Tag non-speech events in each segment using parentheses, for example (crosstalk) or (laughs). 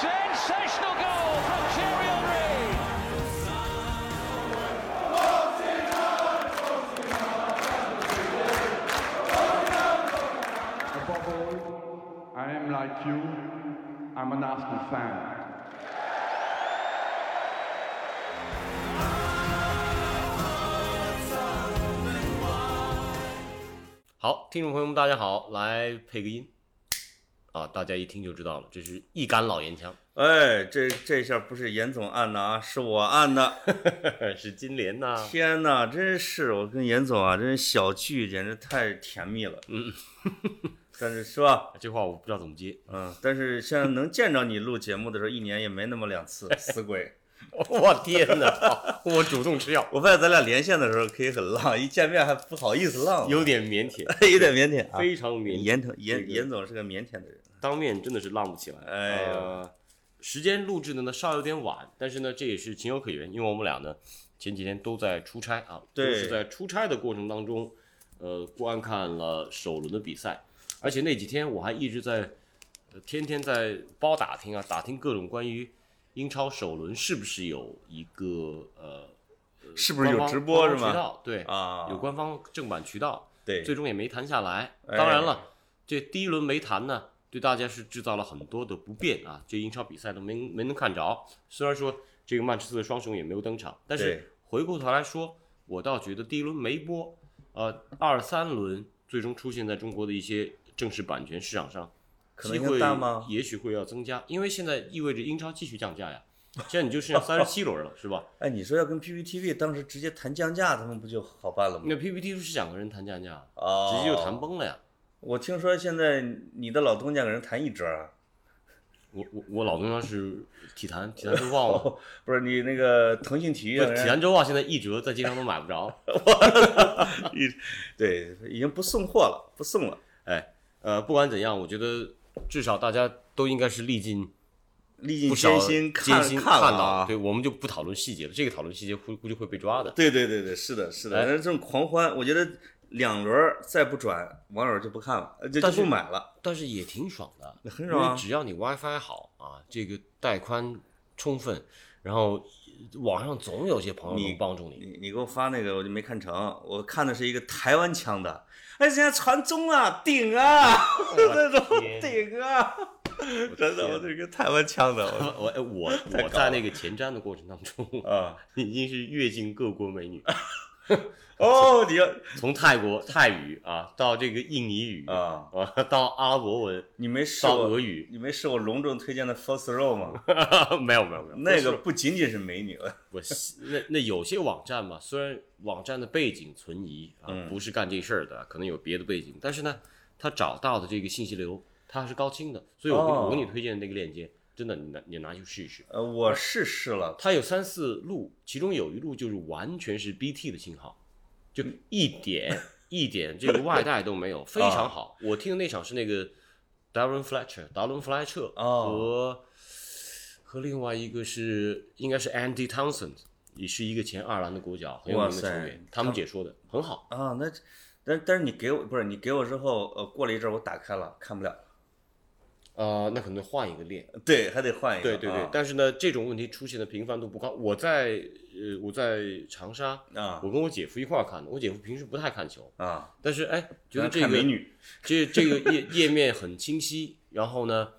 sensational goal from Thierry Henry. Above all, I am like you. I'm an Arsenal fan. 好，听众朋友们，大家好，来配个音啊！大家一听就知道了，这是一杆老烟枪， (laughs) 哎，这这下不是严总按的啊，是我 (laughs) 按的。是金莲呐、天哪，真是我跟严总啊，真是小聚简直太甜蜜了。嗯， (laughs) 但是是吧？这话我不知道怎么接，嗯，但是像能见着你录节目的时候，一年也没那么两次，死鬼！我天哪，我主动吃药，我发现咱俩连线的时候可以很浪，一见面还不好意思浪，有点腼腆，有点腼腆啊。非常腼腆。严总，这严个严总是个腼腆的人。当面真的是浪不起来。哎呀呃，时间录制的呢稍有点晚，但是呢这也是情有可原，因为我们俩呢前几天都在出差啊，对都是在出差的过程当中，呃，观看了首轮的比赛，而且那几天我还一直在、呃天天在包打听啊，打听各种关于英超首轮是不是有一个呃。呃是不是有官方直播官方是吗渠道对啊有官方正版渠道，对，最终也没谈下来。哎当然了，这第一轮没谈呢，对大家是制造了很多的不便啊。这英超比赛都没没能看着，虽然说这个曼彻斯特双雄也没有登场，但对是回过头来说，我倒觉得第一轮没播，呃，二三轮最终出现在中国的一些正式版权市场上，可能机性会大吗也许会要增加，因为现在意味着英超继续降价呀。现在你就剩下三十七轮了，是 (laughs) 吧？哎，你说要跟 PPTV 当时直接谈降价，他们不就好办了吗？那 PPT 是两个人谈降价，啊哦直接就谈崩了呀。我听说现在你的老东家给人谈一折啊。 (laughs) 我我我老东家是体坛体坛周报 (laughs) 嘛，不是你那个腾讯体育啊不是让体人坛周报现在一折在街上都买不着。一对已经不送货了，不送了。哎，呃，不管怎样，我觉得至少大家都应该是历尽历不尽少艰辛看艰辛看了到的啊对，我们就不讨论细节了，这个讨论细节估估计会被抓的。对对对对，是的，是的。哎但是这种狂欢，我觉得两轮儿再不转，网友就不看了，呃就就但是不买了。但是也挺爽的，很爽啊因为只要你 WiFi 好啊，这个带宽充分，然后网上总有些朋友能帮助你。 (laughs) 你你给我发那个，我就没看成。我看的是一个台湾腔的，哎，人家传中啊，顶啊，那种天 (laughs) 顶啊， (laughs) 真的，我这个台湾腔 (laughs) 的我我哎 (laughs) 我我在那个前瞻的过程当中， (laughs) 啊。已经是阅尽各国美女。 (laughs) 哦，你要从泰国泰语啊，到这个印尼语啊到阿拉伯文，你没试到我俄语 (laughs) 你没试我隆重推荐的 First Row 吗？没有没有没有，那个不仅仅是美女，我那那有些网站嘛，虽然网站的背景存疑啊，嗯不是干这事儿的，可能有别的背景，但是呢，他找到的这个信息流它是高清的，所以我给你、哦我给你推荐的那个链接，真的你拿你拿去试一试。呃，我是试了，它有三四路，其中有一路就是完全是 BT 的信号，就一 (laughs) 点一点这个外带都没 (laughs) 有，非常好。我听的那场是那个 Darren Fletcher，达伦·弗莱彻哦和和另外一个是应该是 Andy Townsend，也是一个前爱尔兰的国脚，很有名的球哇塞员，他们解说的很好。啊，那这但但是你给我不是你给我之后，呃，过了一阵儿我打开了，看不了，呃，那可能换一个练。对，还得换一对个，对对，啊但是呢，这种问题出现的频繁度不高。我在呃，我在长沙，啊我跟我姐夫一块儿看的。我姐夫平时不太看球，啊，但是哎，觉得这看美个女，这这个页页面很清晰， (laughs) 然后呢，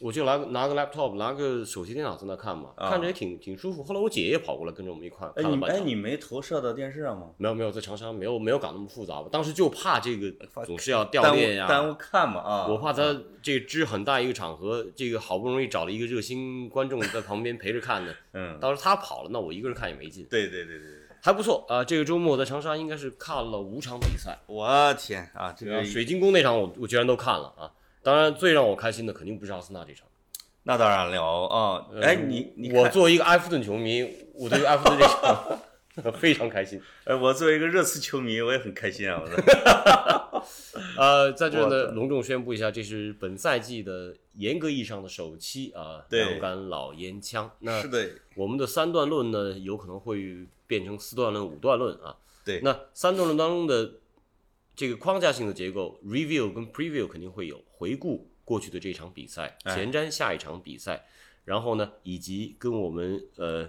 我就拿个拿个 laptop，拿个手提电脑在那看嘛，啊看着也挺挺舒服。后来我姐也跑过来跟着我们一块儿哎看了你半哎场。你没投射到电视上吗？没有没有，在长沙没有没有搞那么复杂吧，当时就怕这个总是要掉耽误链呀、耽误看嘛啊，我怕他这支很大一个场合，这个好不容易找了一个热心观众在旁边陪着看呢， (laughs) 嗯，到时候他跑了，那我一个人看也没劲，对对对对，对还不错啊、这个周末我在长沙应该是看了五场比赛，我天啊，这个水晶宫那场我我居然都看了啊！当然，最让我开心的肯定不是阿森纳这场。嗯那当然了啊，哎你你呃我看作为一个埃弗顿球迷，我对于埃弗顿这场 (laughs) 非常开心。哎我作为一个热刺球迷，我也很开心啊，我说呃，在这儿呢，隆重宣布一下，这是本赛季的严格意义上的首期啊，对两杆老烟枪。 (laughs) 那是的，我们的三段论呢，有可能会变成四段论、五段论啊。对那三段论当中的这个框架性的结构，review 跟 preview 肯定会有，回顾过去的这场比赛，哎前瞻下一场比赛，然后呢，以及跟我们呃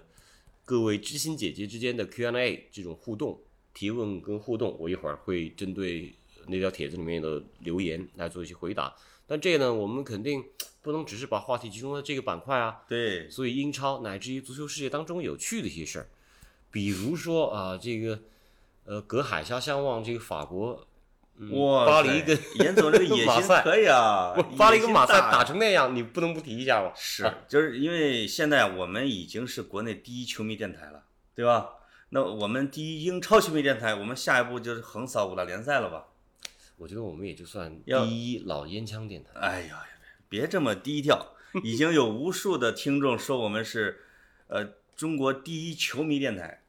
各位知心姐姐之间的 Q&A 这种互动、提问跟互动，我一会儿会针对呃那条帖子里面的留言来做一些回答。但这呢，我们肯定不能只是把话题集中在这个板块啊，对，所以英超乃至于足球世界当中有趣的一些事儿，比如说啊、这个呃隔海峡相望，这个法国嗯哇塞，巴黎跟 (laughs) 严总这个野 (laughs) 马心赛可以啊，不巴黎野跟心马赛大打成那样，你不能不提一下吧？ (laughs) 是，就是因为现在我们已经是国内第一球迷电台了，对吧？那我们第一英超球迷电台，我们下一步就是横扫五大联赛了吧？我觉得我们也就算要第一老烟枪电台。哎呀，别这么 (laughs) 低调，已经有无数的听众说我们是，呃，中国第一球迷电台。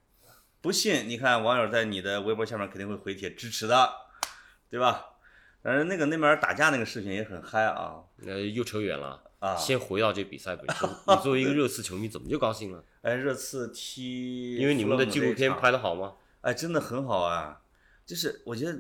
不信，你看网友在你的微博下面肯定会回帖支持的，对吧？但是那个那边打架那个视频也很嗨啊呃，又扯远了啊！先回到这比赛本 (laughs) 身。你作为一个热刺球迷，怎么就高兴了？哎，热刺踢因为你们的纪录弗洛姆这一片场拍得好吗？哎，真的很好啊！就是我觉得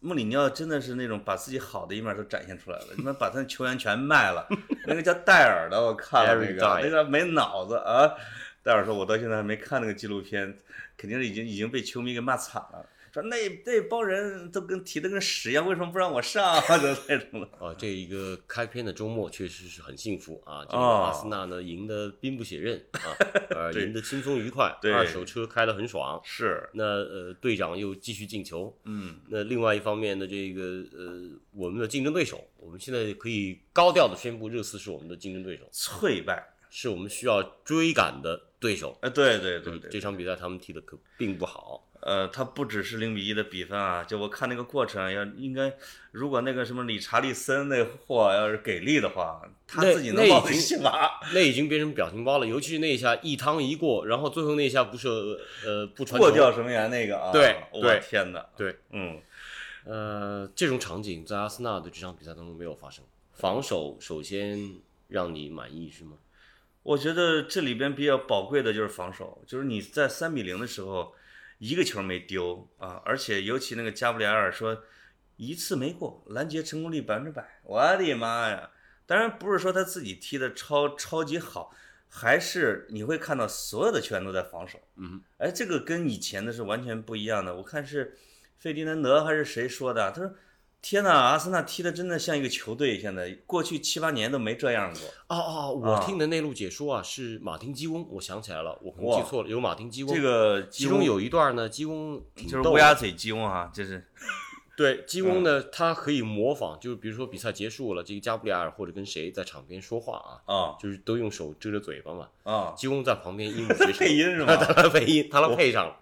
穆里尼奥真的是那种把自己好的一面都展现出来了，你们把他的球员全 (laughs) 卖了。那个叫戴尔的，我看了那 Eric 个，那 Dyer 个没脑子啊！戴尔说，我到现在还没看那个纪录片，肯定是已经已经被球迷给骂惨了。说那那帮人都跟提的跟屎一样，为什么不让我上啊？ (laughs) 就那种的。啊，这一个开篇的周末确实是很幸福啊！这个哦阿森纳呢赢得兵不血刃 (laughs) 啊，呃，对赢得轻松愉快，对二手车开得很爽。是，那呃，队长又继续进球。嗯，那另外一方面呢，这个呃，我们的竞争对手，我们现在可以高调的宣布，热刺是我们的竞争对手，脆败。是我们需要追赶的对手。嗯哎，对对对对这，场比赛他们踢的可并不好，呃，他不只是零比一的比分啊，就我看那个过程，要应该如果那个什么理查利森那货要是给力的话，他那自己那能已往回经去拿。那已经变成表情包了。尤其是那一下一趟一过，然后最后那一下不是呃呃不传球过掉什么呀？那个啊，对我对天哪，对，嗯，呃，这种场景在阿森纳的这场比赛当中没有发生。防守首先让你满意是吗？我觉得这里边比较宝贵的就是防守，就是你在三比零的时候，一个球没丢啊，而且尤其那个加布里埃尔说一次没过，拦截成功率百分之百，我的妈呀！当然不是说他自己踢的超超级好，还是你会看到所有的球员都在防守。嗯，哎，这个跟以前的是完全不一样的。我看是费迪南德还是谁说的，啊他说。天呐，阿森纳踢的真的像一个球队，现在过去七八年都没这样过。哦哦，我听的内陆解说啊是马丁基翁，我想起来了，我可能哇记错了，有马丁基翁。这个其基中翁有一段呢，基翁挺就是逗乌的鸦嗯嘴鸡翁啊，就是对，基翁呢，他可以模仿，就是比如说比赛结束了，这个加布里埃尔或者跟谁在场边说话啊，啊就是都用手遮着嘴巴嘛。啊，基翁在旁边 (laughs) 鹦鹉学舌，配音 (laughs) 是吗哦他来配音，他来配上了。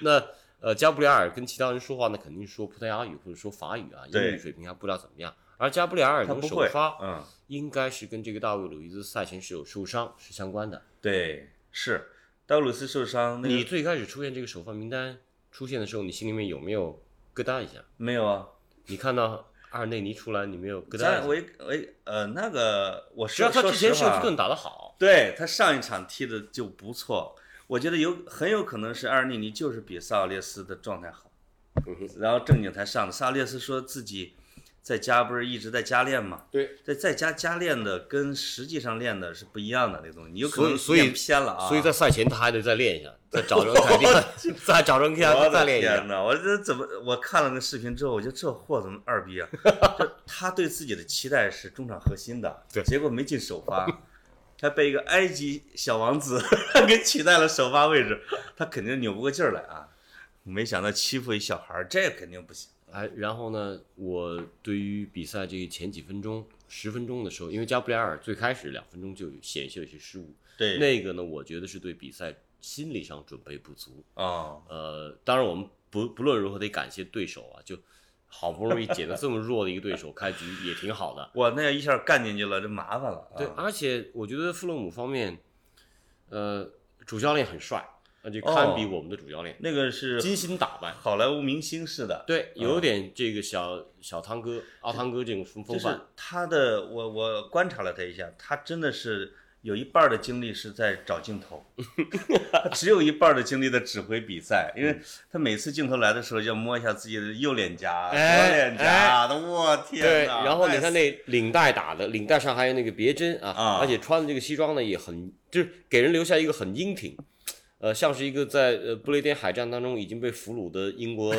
那呃，加布里埃尔跟其他人说话呢，肯定说葡萄牙语或者说法语啊，英对语水平还不知道怎么样。而加布里埃尔他能不首会，发，嗯，应该是跟这个大卫·鲁伊兹赛前是有受伤是相关的。对，是道鲁斯受伤，那你个最开始出现这个首发名单出现的时候，你心里面有没有咯噔一下？没有啊？你看到阿尔内尼出来，你没有咯噔一咱下我？一我一呃那个我只要他说说之实前射话球，盾打得好，对他上一场踢的就不错，我觉得有很有可能是阿尔内尼就是比萨奥列斯的状态好，嗯然后正经才上的。萨奥列斯说自己在家不是一直在家练嘛，对，在在家家练的跟实际上练的是不一样的那个东西，你有可所以能所以练偏了啊。所以在赛前他还得再练一下，再找人看 (laughs) 病，再找人我看再的练一下天。呐，我这怎么？我看了那视频之后，我觉得这货怎么 (laughs) 二逼啊？这他对自己的期待是中场核心的，对结果没进首发，还被一个埃及小王子 (laughs) 给取代了首发位置，他肯定扭不过劲儿来啊！没想到欺负一小孩儿，这肯定不行。哎，然后呢，我对于比赛这前几分钟、十分钟的时候，因为加布里埃尔最开始两分钟就险些有些失误，对那个呢，我觉得是对比赛心理上准备不足。哦，呃，当然我们不不论如何得感谢对手啊，就好不容易捡到这么弱的一个对手， (laughs) 开局也挺好的。我那一下干进去了，这麻烦了、啊。对，而且我觉得弗洛姆方面，呃，主教练很帅，那就哦堪比我们的主教练，那个是啊精心打扮。好莱坞明星似的，对，有点这个小小汤哥、奥汤哥这种风就风是范。他的，我我观察了他一下，他真的是有一半儿的精力是在找镜头，他只有一半儿的精力在指挥比赛，因为嗯他每次镜头来的时候要摸一下自己的右脸颊、哎左脸颊的，我天对，哪！然后你太看那领带打的，领带上还有那个别针啊，啊而且穿的这个西装呢也很，就是给人留下一个很英挺，呃，像是一个在呃不列颠海战当中已经被俘虏的英国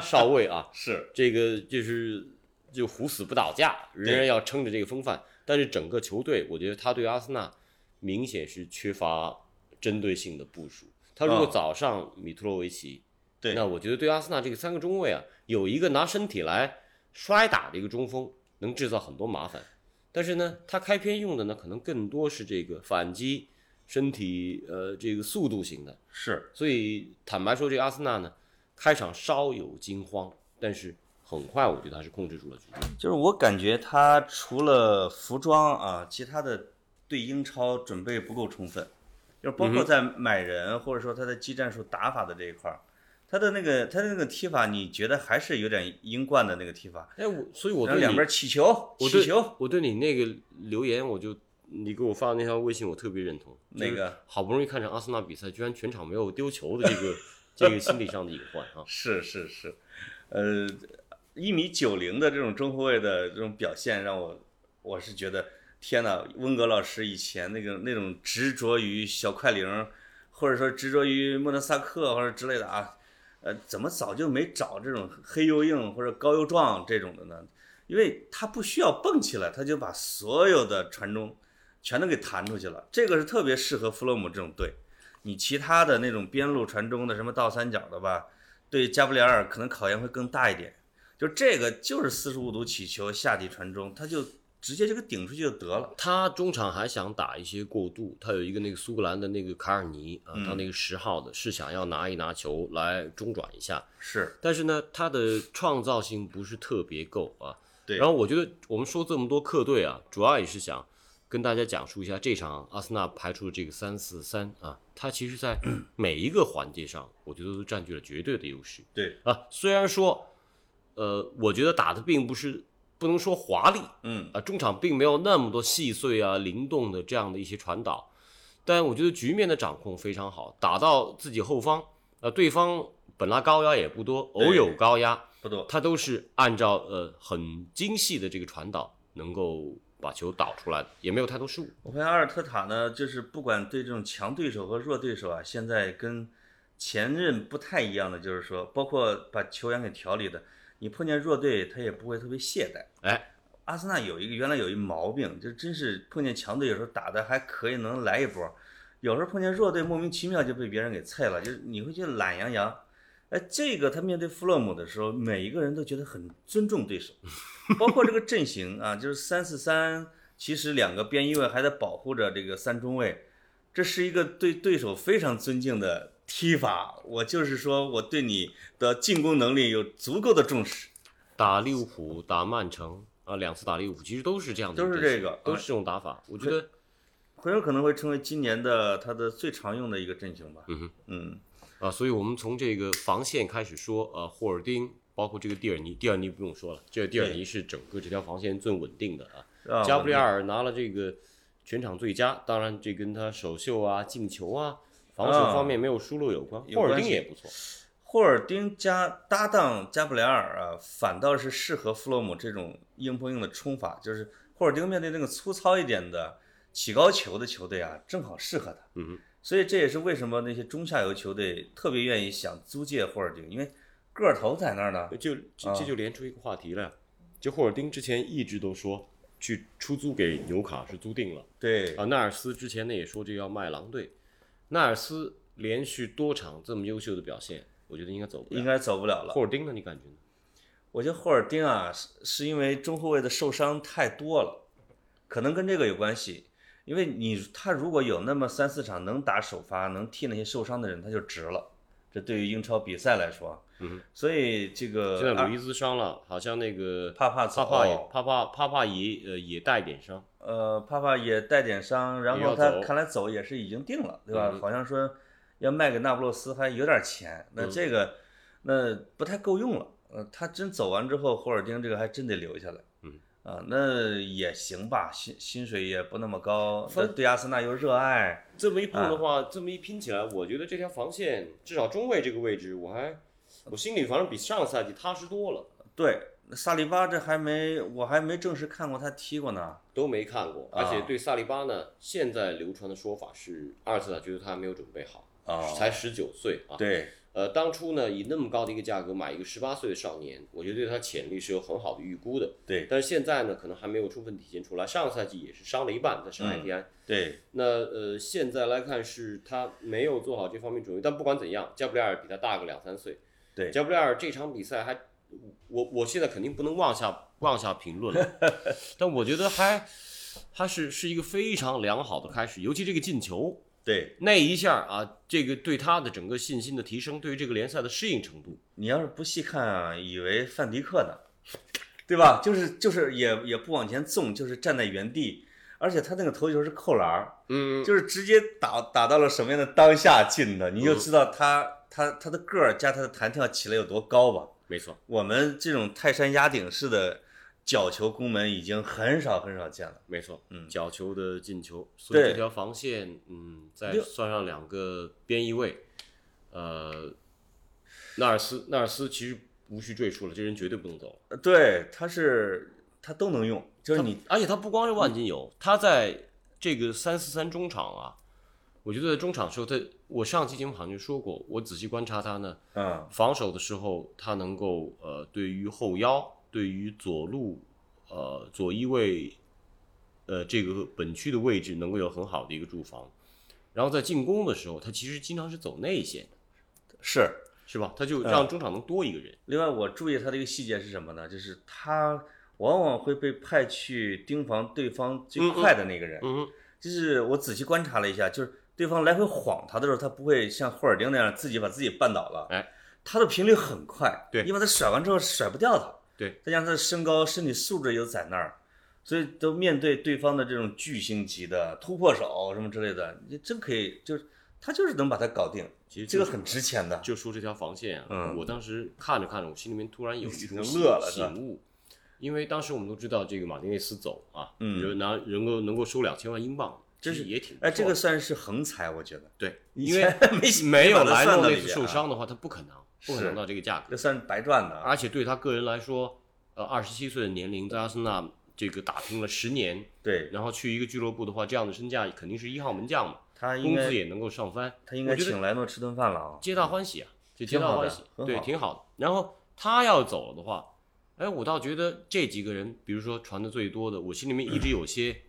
少尉啊，是这个就是就虎死不倒架，仍然要撑着这个风范。但是整个球队，我觉得他对阿森纳明显是缺乏针对性的部署。他如果嗯早上米特洛维奇，对那我觉得对阿森纳这个三个中卫啊，有一个拿身体来摔打的一个中锋，能制造很多麻烦。但是呢，他开篇用的呢，可能更多是这个反击、身体呃这个速度型的。是，所以坦白说，这个阿森纳呢，开场稍有惊慌，但是很快我觉得还是控制住了局面。就是我感觉他除了服装啊，其他的对英超准备不够充分，就嗯是包括在买人、或者说他的技战术打法的这一块儿，他的那个他的那个踢法，你觉得还是有点英冠的那个踢法，哎，我所以我然对后你两边起球我起对球，我对你那个留言，我就你给我发的那条微信，我特别认同。哪个就是好不容易看场阿森纳比赛，居然全场没有丢球的这个 (laughs) 这个心理上的隐患啊！是是是，呃，一米九零的这种中后卫的这种表现，让我我是觉得天呐，温格老师以前那个那种执着于小快灵儿，或者说执着于莫德萨克或者之类的啊，呃，怎么早就没找这种黑又硬或者高又壮这种的呢？因为他不需要蹦起来，他就把所有的传中全都给弹出去了。这个是特别适合弗洛姆这种队。你其他的那种边路传中的什么倒三角的吧，对加布里埃尔可能考验会更大一点。就这个就是四十五度起球下底传中，他就直接这个顶出去就得了。他中场还想打一些过渡，他有一个那个苏格兰的那个卡尔尼啊，嗯他那个十号的是想要拿一拿球来中转一下，是但是呢，他的创造性不是特别够啊。对然后我觉得我们说这么多客队啊，主要也是想跟大家讲述一下这场阿森纳排出的这个三四三啊，它其实在每一个环节上，我觉得都占据了绝对的优势对，啊。虽然说，呃，我觉得打的并不是不能说华丽，嗯，啊，中场并没有那么多细碎啊、灵动的这样的一些传导，但我觉得局面的掌控非常好，打到自己后方，呃，对方本来高压也不多，偶对有高压，不多。他都是按照呃很精细的这个传导，能够把球导出来的，也没有太多失误。我发现阿尔特塔呢，就是不管对这种强对手和弱对手啊，现在跟前任不太一样的，就是说，包括把球员给调理的，你碰见弱队，他也不会特别懈怠。哎，阿森纳有一个原来有一毛病，就真是碰见强队有时候打的还可以，能来一波；有时候碰见弱队，莫名其妙就被别人给菜了，就是你会觉得懒洋洋。哎，这个他面对弗洛姆的时候，每一个人都觉得很尊重对手，包括这个阵型啊，就是三四三，其实两个边翼位还在保护着这个三中卫，这是一个对对手非常尊敬的踢法。我就是说我对你的进攻能力有足够的重视。打利物浦、打曼城啊，两次打利物浦其实都是这样的都阵是型，这个都哎是这种打法。我觉得很有可能会成为今年的他的最常用的一个阵型吧。嗯哼嗯啊，所以我们从这个防线开始说，呃，霍尔丁，包括这个蒂尔尼，蒂尔尼不用说了，这个蒂尔尼是整个这条防线最稳定的啊。啊加布里埃尔拿了这个全场最佳，当然这跟他首秀啊、进球啊、防守啊方面没有疏漏有关。有霍尔关丁系也不错，霍尔丁加搭档加布里埃尔啊，反倒是适合弗洛姆这种硬碰硬的冲法，就是霍尔丁面对那个粗糙一点的起高球的球队啊，正好适合他。嗯哼，所以这也是为什么那些中下游球队特别愿意想租借霍尔丁，因为个儿头在那儿呢。就这啊这就连出一个话题来，就霍尔丁之前一直都说去出租给纽卡是租定了。对，啊，纳尔斯之前呢也说这要卖狼队，纳尔斯连续多场这么优秀的表现，我觉得应该走不了。应该走不了了。霍尔丁呢？你感觉呢？我觉得霍尔丁啊，是是因为中后卫的受伤太多了，可能跟这个有关系。因为你他如果有那么三四场能打首发，能替那些受伤的人，他就值了。这对于英超比赛来说，嗯，所以这个现在啊鲁伊兹伤了，好像那个帕哦帕帕走帕也帕帕帕帕也呃也带点伤，呃，帕帕也带点伤，然也要后他走看来走也是已经定了，对吧？嗯好像说要卖给那不勒斯还有点钱，那嗯这个、那不太够用了。呃，他真走完之后，霍尔丁这个还真得留下来。嗯，啊，那也行吧，薪薪水也不那么高，但对阿森纳又热爱，这么一碰嗯的话，这么一拼起来，我觉得这条防线至少中卫这个位置，我还我心里反正比上赛季踏实多了。对，萨利巴这还没，我还没正式看过他踢过呢。都没看过，啊而且对萨利巴呢，现在流传的说法是阿尔特塔觉得他还没有准备好，啊才十九岁啊。，对，呃，当初呢以那么高的一个价格买一个十八岁的少年，我觉得对他潜力是有很好的预估的。对，但是现在呢，可能还没有充分体现出来。上个赛季也是伤了一半，在上海天安。对，那呃，现在来看是他没有做好这方面准备，但不管怎样，加布里埃尔比他大个两三岁。对加布里埃尔这场比赛还，我我现在肯定不能妄下妄下评论了， (laughs) 但我觉得还还是是一个非常良好的开始，尤其这个进球对，那一下啊，这个对他的整个信心的提升，对于这个联赛的适应程度，你要是不细看啊，以为范迪克呢，对吧？就是就是也也不往前纵，就是站在原地，而且他那个头球是扣篮儿，嗯，就是直接打打到了什么样的当下进的，你就知道他他他的个儿加他的弹跳起来有多高吧。没错，我们这种泰山压顶式的角球攻门已经很少很少见了。没错，嗯角球的进球，所以对这条防线，嗯，再六算上两个边翼位，呃，纳尔斯，纳尔斯其实无需赘述了，这人绝对不能走。呃对，他是他都能用，就是你而且他不光是万金油，他在这个三四三中场啊，我觉得在中场的时候，他我上期节目好像就说过，我仔细观察他呢，嗯防守的时候，他能够呃，对于后腰，对于左路，呃，左翼位，呃，这个本区的位置能够有很好的一个驻防。然后在进攻的时候，他其实经常是走内线，是。是吧？他就让中场能多一个人。另外，我注意他的一个细节是什么呢？就是他往往会被派去盯防对方最快的那个人。嗯就是我仔细观察了一下，就是对方来回晃他的时候，他不会像霍尔丁那样自己把自己绊倒了。哎，他的频率很快，对因为他甩完之后甩不掉他。对，再加上他的身高、身体素质又在那儿，所以都面对对方的这种巨星级的突破手什么之类的，你真可以就是他就是能把他搞定，其实这就个很值钱的。就说这条防线啊，嗯我当时看着看着，我心里面突然有一种就乐了是吧醒悟，因为当时我们都知道这个马丁内斯走啊，嗯就拿能够能够收两千万英镑，这其是实也挺哎，这不错个的算是横财，我觉得对，以因为前没 (laughs) 没有把它莱算诺到那里次面受啊伤的话，他不可能不可是能到这个价格这，算是白赚的啊。而且对他个人来说，呃，二十七岁的年龄在阿森纳这个打拼了十年，对，然后去一个俱乐部的话，这样的身价肯定是一号门将嘛，他应工该资也能够上翻，他应该我觉得请莱诺吃顿饭了啊。皆大欢喜啊，就皆挺大好欢的喜，很对，好挺好的。然后他要走了的话，哎，我倒觉得这几个人，比如说传的最多的，我心里面一直有些、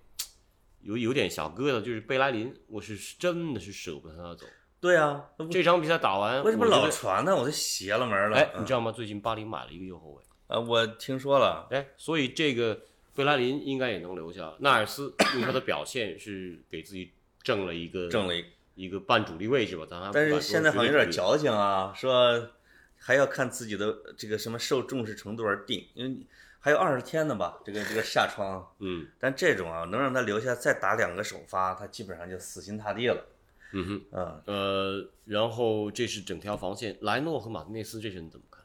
有有点小疙瘩，就是贝莱林，我是真的是舍不得他走。对啊，那不这场比赛打完，为什么我觉老得传呢？我都邪了门了。哎，嗯你知道吗？最近巴黎买了一个右后卫，啊，我听说了，哎，所以这个贝莱林应该也能留下。纳尔斯用他的表现是给自己挣了一个挣了一，一个半主力位置吧，咱还不但敢是说现在好像有绝对点主力矫情啊，说还要看自己的这个什么受重视程度而定，因为你还有二十天呢吧，这个这个下窗。嗯但这种啊，能让他留下再打两个首发，他基本上就死心塌地了。嗯哼。嗯，呃，然后这是整条防线，莱诺和马丁内斯这事你怎么看？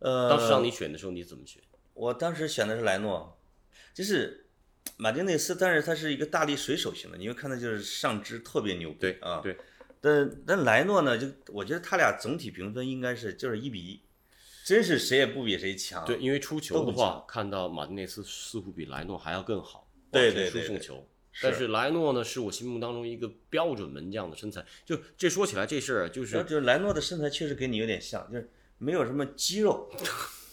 呃，当时让你选的时候你怎么选？我当时选的是莱诺，就是马丁内斯，但是他是一个大力水手型的，你会看他就是上肢特别牛逼对啊。对，但但莱诺呢，就我觉得他俩总体评分应该是就是一比一，真是谁也不比谁强。对，，因为出球的都不话强，看到马丁内斯似乎比莱诺还要更好，对往前对输对送对球。是但是莱诺呢，是我心目当中一个标准门将的身材。就这说起来这事儿啊，就然是后就是莱诺的身材确实跟你有点像，就是没有什么肌肉，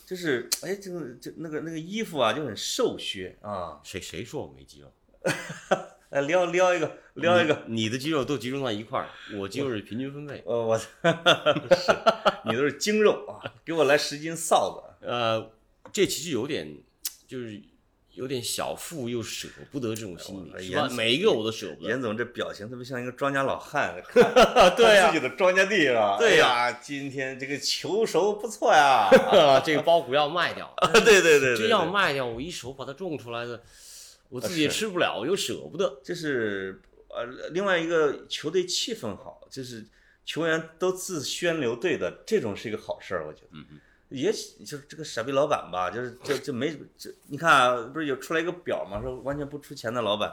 就是哎，这个这那个那个衣服啊就很瘦削啊，谁谁说我没肌肉？来撩撩一个撩一个，你，你的肌肉都集中在一块儿，我肌肉是平均分配。呃，我 (laughs) 是你都是精肉啊，给我来十斤臊子。呃，这其实有点，就是有点小富又舍不得这种心哎理，是我吧？严总每一个我都舍不得。严总这表情特别像一个庄稼老 (laughs) 汉，对呀自己的庄稼地是吧？对呀哎呀，今天这个球熟不错 (laughs) 呀。啊，这个包谷要卖掉， (laughs) 对对对 (laughs) 对，这对要卖掉，我一手把它种出来的，我自己也吃不了，我又舍不得。这是呃，另外一个球队气氛好，就是球员都自宣流队的，这种是一个好事儿，我觉得。嗯也许就是这个傻逼老板吧，就是这这没这，你看啊不是有出来一个表嘛，说完全不出钱的老 (laughs) 板，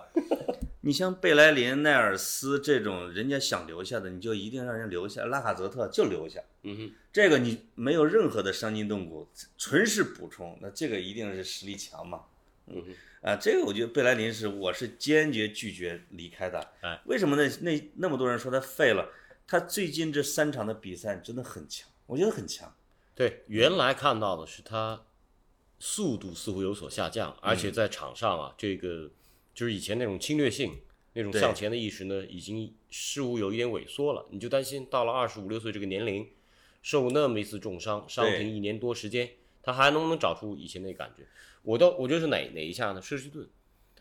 你像贝莱林、奈尔斯这种人家想留下的，你就一定让人留下，拉卡泽特就留下，嗯哼，这个你没有任何的伤筋动骨，纯是补充，那这个一定是实力强嘛，嗯哼，啊，这个我觉得贝莱林是我是坚决拒绝离开的。哎，为什么呢？那那么多人说他废了，他最近这三场的比赛真的很强，我觉得很强。对，原来看到的是他速度似乎有所下降，而嗯且在场上啊，这个就是以前那种侵略性、那种对向前的意识呢，已经似乎有一点萎缩了。你就担心到了二十五六岁这个年龄，受那么一次重伤，伤对停一年多时间，他还能不能找出以前那感觉？我倒我觉得是哪哪一下呢？休斯顿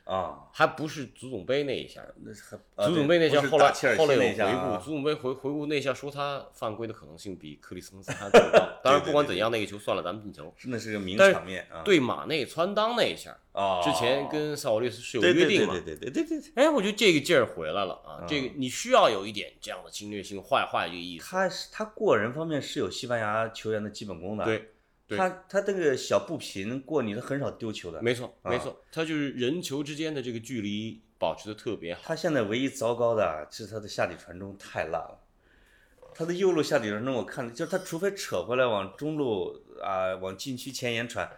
啊，还不是足总杯那一下，那是很啊呃足总对杯那下不是后来打切尔西后来有那回下顾，啊足总杯回回顾那下说他犯规的可能性比克里斯滕森还更 (laughs) 高。当然不管怎样，那个球算了，咱们进球。真的是个名但是场面啊。对马内穿裆那一下，啊，之前跟萨瓦略斯是有对约定对对嘛对？对嗯对对对对，哎，我觉得这个劲儿回来了啊！这个你需要有一点这样的侵略性，坏坏这个意 (laughs) 思。他是他过人方面是有西班牙球员的基本功的。，对，对他他这个小步频过你，他很少丢球的。没错，啊没错，他就是人球之间的这个距离保持的特别好。他现在唯一糟糕的啊是他的下底传中太烂了，他的右路下底传中我看了，就是他除非扯回来往中路啊、往禁区前沿传，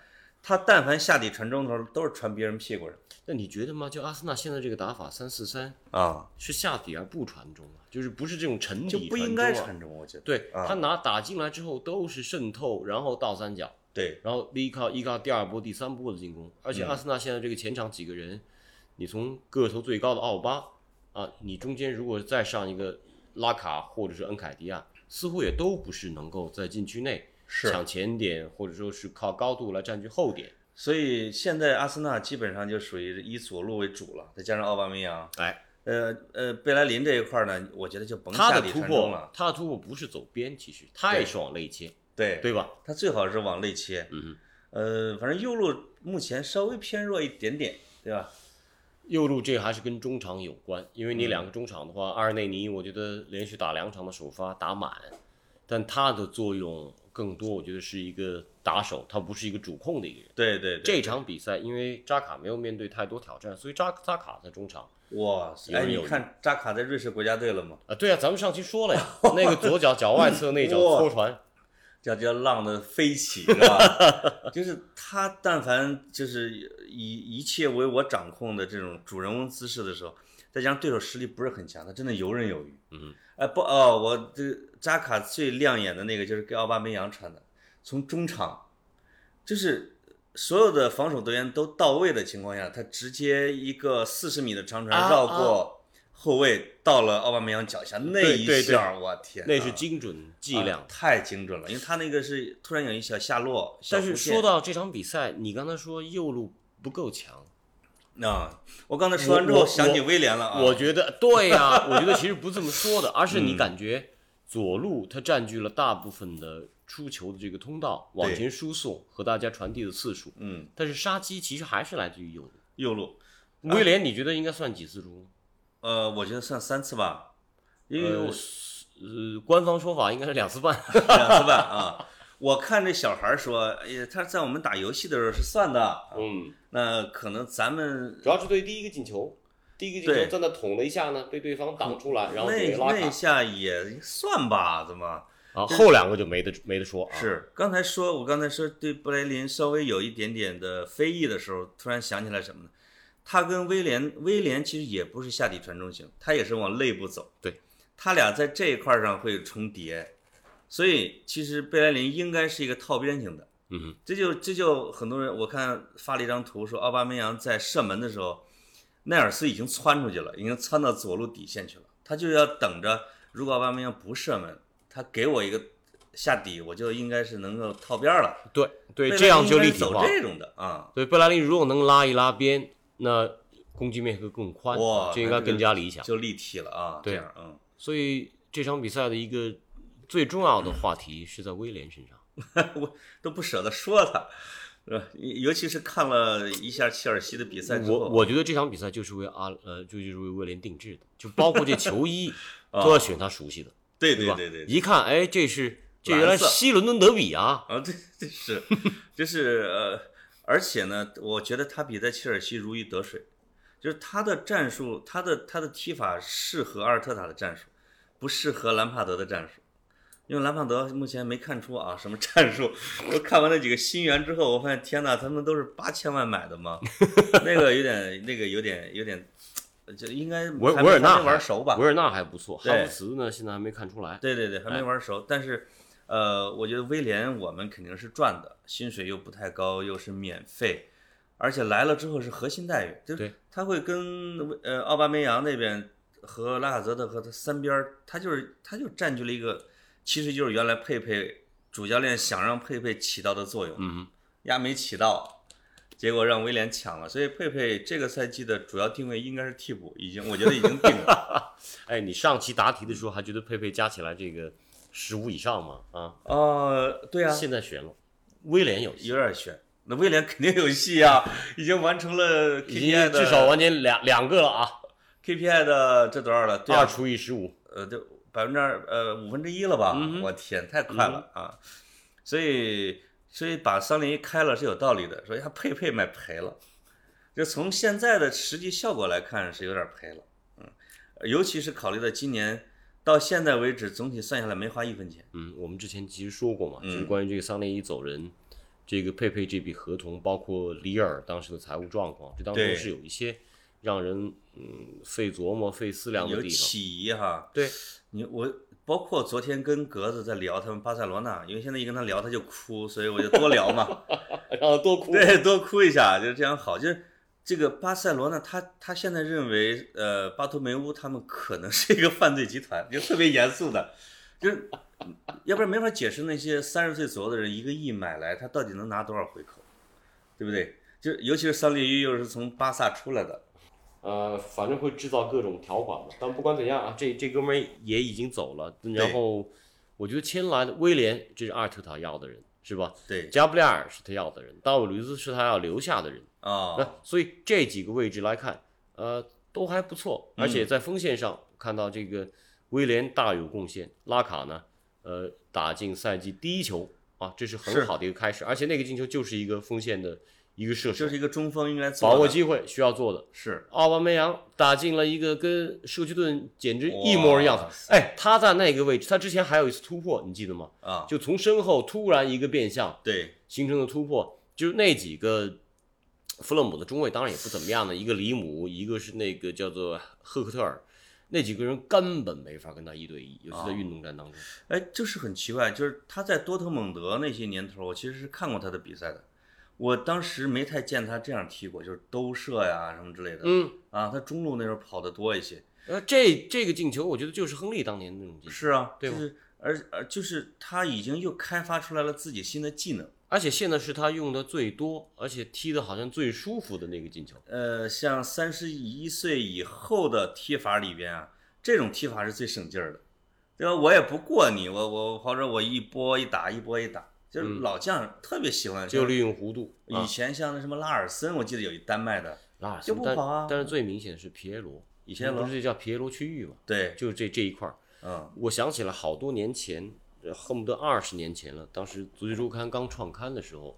他但凡下底传中的时候都是传别人屁股上那你觉得吗？就阿森纳现在这个打法三四三啊，是下底而不传中啊，就是不是这种沉就底不应该传中啊传中，我觉得对啊他拿打进来之后都是渗透，然后倒三角，对然后依靠依靠第二波、第三波的进攻。而嗯且阿森纳现在这个前场几个人，你从个头最高的奥巴啊，你中间如果再上一个拉卡或者是恩凯迪亚，似乎也都不是能够在禁区内是抢前点，或者说是靠高度来占据后点。所以现在阿森纳基本上就属于以左路为主了，再加上奥巴梅扬，哎，呃呃，贝莱林这一块儿呢，我觉得就甭他下的底突传中破了，，他的突破不是走边，其实他也是往内切，对对吧？他最好是往内切。嗯呃，反正右路目前稍微偏弱一点点，对吧？右路这个还是跟中场有关，因为你两嗯个中场的话，阿尔内尼我觉得连续打两场的首发打满，但他的作用更多，我觉得是一个打手，他不是一个主控的一个人。对对对，这场比赛因为扎卡没有面对太多挑战，所以扎扎卡在中场哇塞！哎，有人你有看扎卡在瑞士国家队了吗？啊，对啊，咱们上期说了 (laughs) 呀，那个左脚脚外侧那脚哇搓传，叫叫浪的飞起，是吧？ (laughs) 就是他，但凡就是以一切为我掌控的这种主人翁姿势的时候，再加上对手实力不是很强，他真的游刃有余。嗯，哎不哦，我这扎卡最亮眼的那个就是给奥巴梅扬传的，从中场，就是所有的防守队员都到位的情况下，他直接一个四十米的长啊传绕过后卫，到了奥巴梅扬脚下，那对一对对下，我天哪，那是精准剂量啊。太精准了，因为他那个是突然有一小下落。小但是弧线说到这场比赛，你刚才说右路不够强，啊，我刚才说完之哎我后我想起威廉了啊，我觉 (laughs) 得对呀、我觉得其实不这么说的， (laughs) 而是你感觉左路它占据了大部分的出球的这个通道，往前输送和大家传递的次数，嗯，但是杀机其实还是来自于右路。右路，威廉，你觉得应该算几次助攻？呃，我觉得算三次吧，因为呃我呃，官方说法应该是两次 (laughs) 半。两次半啊。我看这小孩儿说，哎呀，他在我们打游戏的时候是算的，啊嗯，那可能咱们主要是对第一个进球，第一个进对球在那捅了一下呢，被对方挡出来，然后给那拉那一卡。下也算吧，怎么？啊，后两个就没得没得说啊。是，刚才说，我刚才说对布莱林稍微有一点点的非议的时候，突然想起来什么呢？他跟威廉，威廉其实也不是下底传中型，他也是往内部走。对，他俩在这一块儿上会重叠，所以其实贝莱林应该是一个套边型的。嗯哼，这就这就很多人，我看发了一张图，说奥巴梅扬在射门的时候，奈尔斯已经窜出去了，已经窜到左路底线去了，他就要等着，如果奥巴梅扬不射门，他给我一个下底，我就应该是能够套边儿了。对对，贝莱这样就应该立是体走化。这种的啊，对，贝莱林如果能拉一拉边，那攻击面会更宽，哇啊这应该更加理想。就立体了啊。对这样嗯，所以这场比赛的一个最重要的话题是在威廉身上。都不舍得说他，是吧？尤其是看了一下切尔西的比赛之后，我我觉得这场比赛就是为阿呃，就就是为威廉定 (laughs) 制的，就包括这球衣都要选他熟悉的，对对对吧？啊对对，一看，哎，这是就原来蓝色西伦敦德比啊，啊，对，这是，就是呃，而且呢，我觉得他比在切尔西如鱼得水，就是他的战术，他的他的踢法适合阿尔特塔的战术，不适合兰帕德的战术，因为兰帕德目前没看出啊什么战术。我看完那几个新援之后，我发现天呐，他们都是八千万买的吗？ (laughs) 那个有点，那个有点，有点，就应该维还维尔没还纳没玩熟吧？维尔纳还不错，对哈弗茨呢现在还没看出来。对对对，还哎没玩熟，但是呃，我觉得威廉我们肯定是赚的，薪水又不太高，又是免费，而且来了之后是核心待遇，就是对他会跟威呃奥巴梅扬那边和拉卡泽特和他三边儿，他就是他就占据了一个，其实就是原来佩佩主教练想让佩佩起到的作用，嗯，压没起到，结果让威廉抢了，所以佩佩这个赛季的主要定位应该是替补，已经我觉得已经定了 (laughs) 哎，你上期答题的时候还觉得佩佩加起来这个十五以上吗？啊，呃，对啊，现在悬了，威廉有戏有点悬。那威廉肯定有戏 (laughs) 啊，已经完成了已经 KPI 的至少完成两两个了啊， KPI 的这多少了？对二啊，除以十五，呃，对，百分之二呃五分之一了吧？嗯哼嗯我天，太快了啊！所以所以把桑林一开了是有道理的，说呀佩佩买赔了，就从现在的实际效果来看是有点赔了，嗯，尤其是考虑到今年到现在为止总体算下来没花一分钱，嗯，我们之前其实说过嘛，嗯就是关于这个桑列伊走人，这个佩佩这笔合同，包括里尔当时的财务状况，这当对中是有一些让人嗯费琢磨、费思量的有地方。起疑哈，对，你我包括昨天跟格子在聊他们巴塞罗那，因为现在一跟他聊他就哭，所以我就多聊 (laughs) 嘛，然后啊多哭。对，多哭一下，就是这样好。就是这个巴塞罗那，他他现在认为，呃，巴图梅乌他们可能是一个犯罪集团，就特别严肃的，就是要不然没法解释那些三十岁左右的人一个亿买来，他到底能拿多少回扣，对不对？就是尤其是桑利伊又是从巴萨出来的，呃，反正会制造各种条款嘛。但不管怎样啊，这这哥们儿也已经走了。然后我觉得签来的威廉，这是阿尔特塔要的人，是吧？对加布利尔是他要的人，大卫·吕兹是他要留下的人。啊、那所以这几个位置来看，呃，都还不错，嗯而且在锋线上看到这个威廉大有贡献，拉卡呢，呃，打进赛季第一球啊，这是是很好的一个开始，而且那个进球就是一个锋线的一个射手就，是一个中锋应该做把握的机会需要做的。是奥巴梅扬打进了一个跟社区盾简直一模一样哇的，哎，他在那个位置，他之前还有一次突破，你记得吗？啊，就从身后突然一个变向，对。形成的突破，就是那几个弗勒姆的中卫，当然也不怎么样的，一个里姆，一个是那个叫做赫克特尔，那几个人根本没法跟他一对一，尤其在运动战当中。哎，就是很奇怪，就是他在多特蒙德那些年头，我其实是看过他的比赛的。我当时没太见他这样踢过，就是兜射呀什么之类的。嗯，啊，他中路那时候跑得多一些。呃，这这个进球，我觉得就是亨利当年的那种进球，是啊，对就吗是而而就是他已经又开发出来了自己新的技能。而且现在是他用的最多，而且踢的好像最舒服的那个进球。呃，像三十一岁以后的踢法里边啊，这种踢法是最省劲儿的，对吧？我也不过你，我我或者我一波一打，一波一打，就是嗯老将特别喜欢。只有利用弧度，以前像那什么拉尔森，我记得有一丹麦的，拉尔就森不，但跑啊但是最明显的是皮耶罗，以皮耶前罗不是叫皮耶罗区域嘛，对，就是这这一块儿。嗯，我想起了好多年前，呃恨不得二十年前了。当时《足球周刊》刚创刊的时候，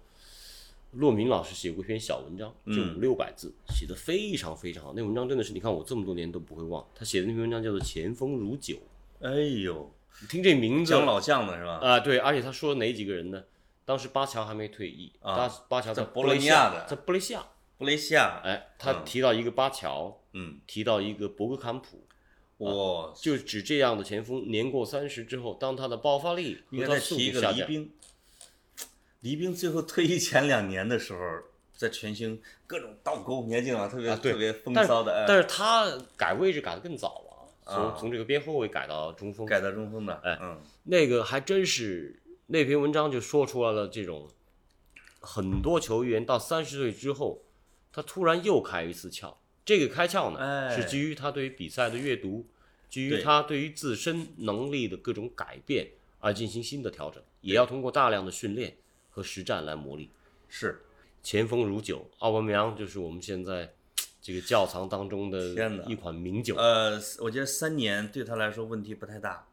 骆明老师写过一篇小文章，就嗯五六百字，写的非常非常好。那文章真的是，你看我这么多年都不会忘。他写的那篇文章叫做《前锋如酒哎呦，》，你听这名字讲啊、老将的是吧？对，而且他说哪几个人呢？当时巴乔还没退役，啊巴巴乔在在博布洛雷尼西亚亚的嗯在布雷西亚，布雷西亚，哎，他提到一个巴乔，嗯，提到一个博格坎普，我就只这样的前锋，年过三十之后，当他的爆发力应和他该再速提一度个下黎降，兵。黎兵最后退役前两年的时候，在全兴各种倒钩，你还记得吗？特别、啊对特别风但是骚的，但哎、是他改位置改得更早啊，从、啊从这个边后卫改到中锋，改到中锋的，哎嗯，那个还真是那篇文章就说出来了，这种很多球员到三十岁之后，他突然又开一次窍，这个开窍呢、哎是基于他对于比赛的阅读，基于对他对于自身能力的各种改变而进行新的调整，也要通过大量的训练和实战来磨砺。是，前锋如酒，奥巴梅扬就是我们现在这个窖藏当中的天哪呃一款名酒。呃，我觉得三年对他来说问题不太大，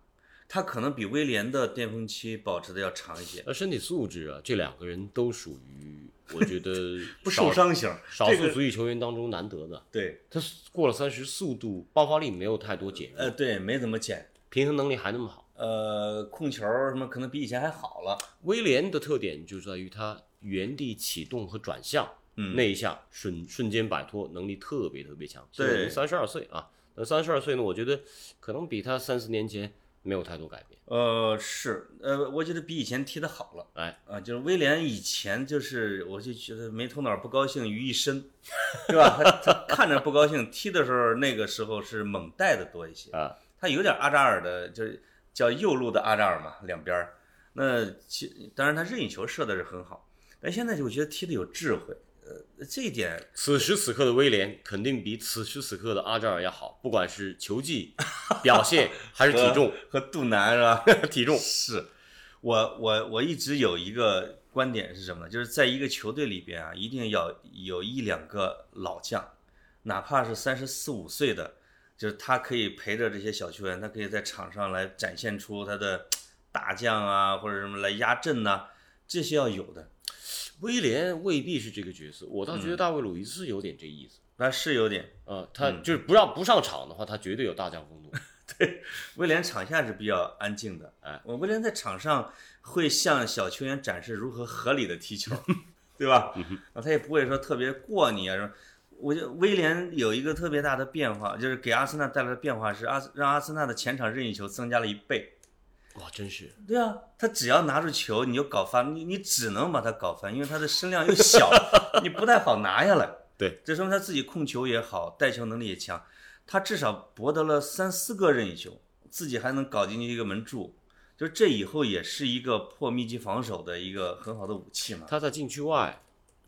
他可能比威廉的巅峰期保持的要长一些，那身体素质啊，这两个人都属于我觉得 (laughs) 不受伤型，少这数个足球球员当中难得的。对，他过了三十，速度爆发力没有太多减弱，呃，对，没怎么减，平衡能力还那么好。呃，控球什么可能比以前还好了，威廉的特点就在于他原地启动和转向，嗯那一下瞬瞬间摆脱，能力特别特别强。对三十二岁啊，那三十二岁呢，我觉得可能比他三四年前没有太多改变。呃，是，呃，我觉得比以前踢的好了。哎，啊，就是威廉以前就是，我就觉得没头脑不高兴于一身，对吧？他他看着不高兴，踢的时候那个时候是猛带的多一些啊，他有点阿扎尔的，就是叫右路的阿扎尔嘛，两边儿。那其当然他任意球射的是很好，但现在就我觉得踢的有智慧，呃，这一点此时此刻的威廉肯定比此时此刻的阿扎尔要好，不管是球 (laughs) 技表现还是啊体重，和杜南是吧？ (laughs) 体重是我我我一直有一个观点是什么呢？就是在一个球队里边啊，一定要有一两个老将，哪怕是三十四五岁的，就是他可以陪着这些小球员，他可以在场上来展现出他的大将啊，或者什么来压阵呐、这些要有的。威廉未必是这个角色。我倒觉得大卫·鲁伊斯有点这意思。那是有点，呃，他就是不让不上场的话，他绝对有大将风度。威廉场下是比较安静的，哎我威廉在场上会向小球员展示如何合理的踢球， (laughs) 对吧？啊，他也不会说特别过你啊。什么我觉得威廉有一个特别大的变化，就是给阿森纳带来的变化是阿斯让阿森纳的前场任意球增加了一倍。 (laughs) 哇，真是对啊，他只要拿住球，你就搞翻，你你只能把他搞翻，因为他的身量又 (laughs) 小，你不太好拿下来。对，这说明他自己控球也好，带球能力也强，他至少博得了三四个任意球，自己还能搞进去一个门柱，就这以后也是一个破密集防守的一个很好的武器嘛。他在禁区外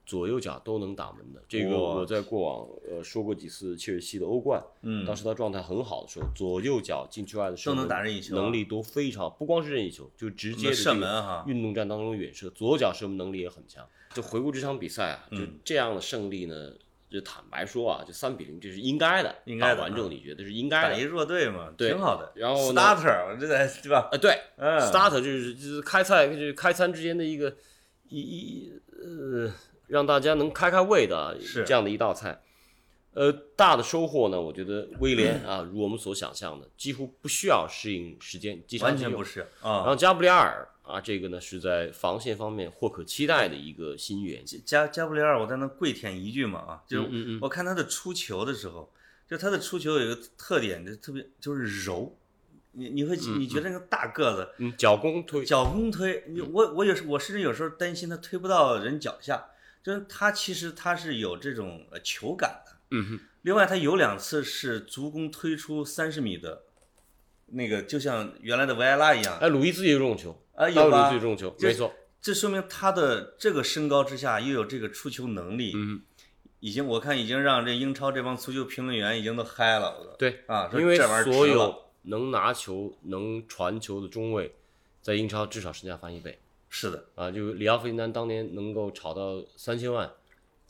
左右脚都能打门的。这个哇我在过往呃说过几次切尔西的欧冠，嗯当时他状态很好的时候，左右脚禁区外的时候都能打任意球啊能力都非常，不光是任意球，就直接的射这个门哈运动战当中的远射，左脚射门能力也很强。就回顾这场比赛啊，就嗯这样的胜利呢，就坦白说啊，就三比零这是应该的，应该的嗯打完之后你觉得是应打该一的。弱队嘛，对挺好的。然后呢 starter 我这在对吧？呃，对嗯，starter 就是就是开菜，就是开餐之间的一个一一呃，让大家能开开胃的啊是这样的一道菜。呃，大的收获呢，我觉得威廉啊，如我们所想象的，几乎不需要适应时间，即插完即全用不。是然啊后。加布里埃尔啊，这个呢是在防线方面或可期待的一个新援。加加布里埃尔，我在那跪舔一句嘛啊，就嗯嗯是我看他的出球的时候，就他的出球有一个特点，就特别就是柔，你你会你觉得那个大个子嗯，脚弓推，脚弓推，嗯你我我有时我甚至有时候担心他推不到人脚下，就是他其实他是有这种呃球感的。嗯哼，另外，他有两次是足弓推出三十米的，那个就像原来的维埃拉一样，哎，鲁伊兹也有这种球，啊有大卫鲁伊吧兹有这种球，就没错，这说明他的这个身高之下又有这个出球能力，嗯，已经我看已经让这英超这帮足球评论员已经都嗨了，我对啊，说因为这玩意儿所值有了能拿球、能传球的中卫，在英超至少身价翻一倍是的，啊！就里奥费迪南当年能够炒到三千万，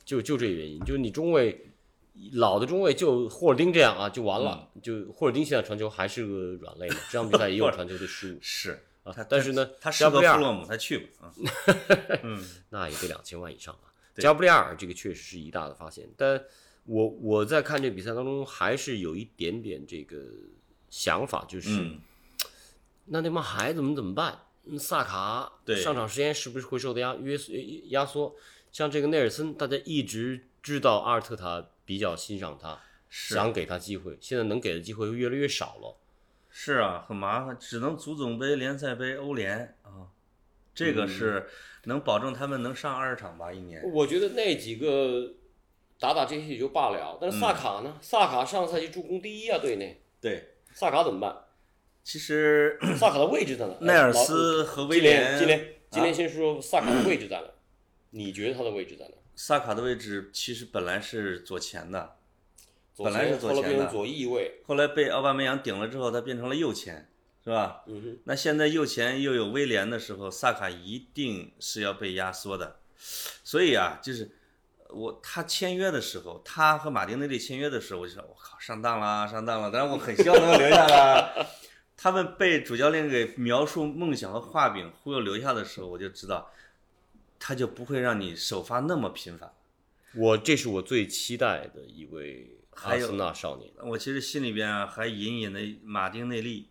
就就这个原因，就是你中卫老的中卫就霍尔丁这样啊，就完了。嗯就霍尔丁现在传球还是个软肋嘛，这场比赛也有传球的失误是啊。但是呢， (laughs) 他适加布合里弗尔洛姆，他去吧，啊，那也得两千万以上啊。对加布里埃尔这个确实是一大的发现，但我我在看这比赛当中还是有一点点这个想法，就是、嗯，那那帮孩子们怎么办？嗯萨卡对上场时间是不是会受到压约压缩？像这个内尔森，大家一直知道阿尔特塔比较欣赏他，是想给他机会，现在能给的机会越来越少了。是啊，很麻烦，只能足总杯、联赛杯、欧联啊，这嗯个是能保证他们能上二十场吧，一年。我觉得那几个打打这些也就罢了，但是萨卡呢？萨卡上赛季助攻第一啊，队内对，萨卡怎么办？其实 (clears throat) 萨卡的位置在哪？奈尔斯啊和威威廉，廉、今天今天先说萨卡的位置在哪？你觉得他的位置在哪？萨卡的位置其实本来是左前的，左前本来是左前的后来变成左翼位，后来被奥巴梅扬顶了之后，他变成了右前，是吧？嗯哼，那现在右前又有威廉的时候，萨卡一定是要被压缩的。所以啊，就是我他签约的时候，他啊和马丁内利签约的时候，我就说，我靠，上当啦，上当了。但是我很希望能够留下来。 (laughs) 他们被主教练给描述梦想和画饼忽悠留下的时候，我就知道，他就不会让你首发那么频繁。我这是我最期待的一位阿还有森纳少年。我其实心里边啊还隐隐的马丁内利，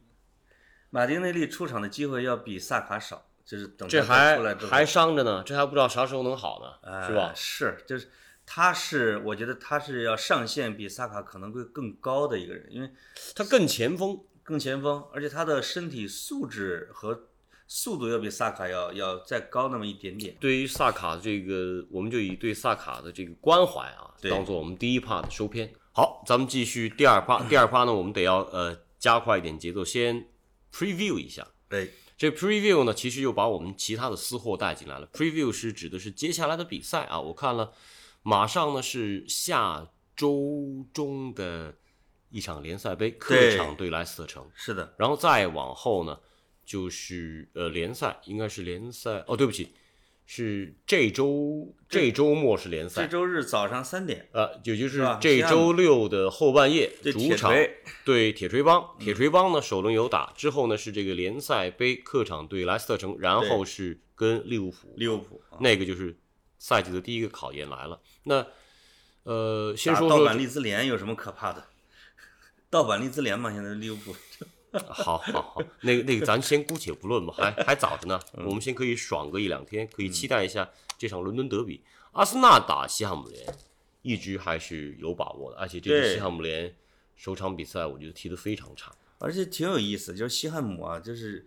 马丁内利出场的机会要比萨卡少，就是等这他还出来之后还伤着呢，这还不知道啥时候能好呢，是吧呃？是，就是他是，我觉得他是要上限比萨卡可能会更高的一个人，因为他更前锋，更前锋，而且他的身体素质和速度要比萨卡要要再高那么一点点。对于萨卡这个，我们就以对萨卡的这个关怀啊，对当做我们第一趴的收篇。好，咱们继续第二趴。第二趴呢，我们得要呃加快一点节奏，先 preview 一下。对，这 preview 呢，其实又把我们其他的私货带进来了。preview 是指的是接下来的比赛啊，我看了，马上呢是下周中的一场联赛杯客对场对莱斯特城，是的，然后再往后呢就是呃联赛，应该是联赛哦，对不起，是这周这周末是联这赛，周日早上三点，呃，也就是是吧这周六的后半夜，对主铁场锤对铁锤帮，嗯铁锤帮呢首轮有打，之后呢是这个联赛杯客场对莱斯特城，然后对是跟利物浦，利物浦啊那个就是赛季的第一个考验来了。那呃，先啊打说盗说版利兹联有什么可怕的？ (laughs) 盗版利兹联嘛，现在利物浦 (laughs) 好好好，那个那个，咱先姑且不论 (laughs) 吧，还还早着呢，嗯我们先可以爽个一两天，可以期待一下这场伦敦德比。阿森纳打西汉姆联，一直还是有把握的，而且这支对西汉姆联首场比赛我觉得踢得非常差。而且挺有意思，就是西汉姆啊，就是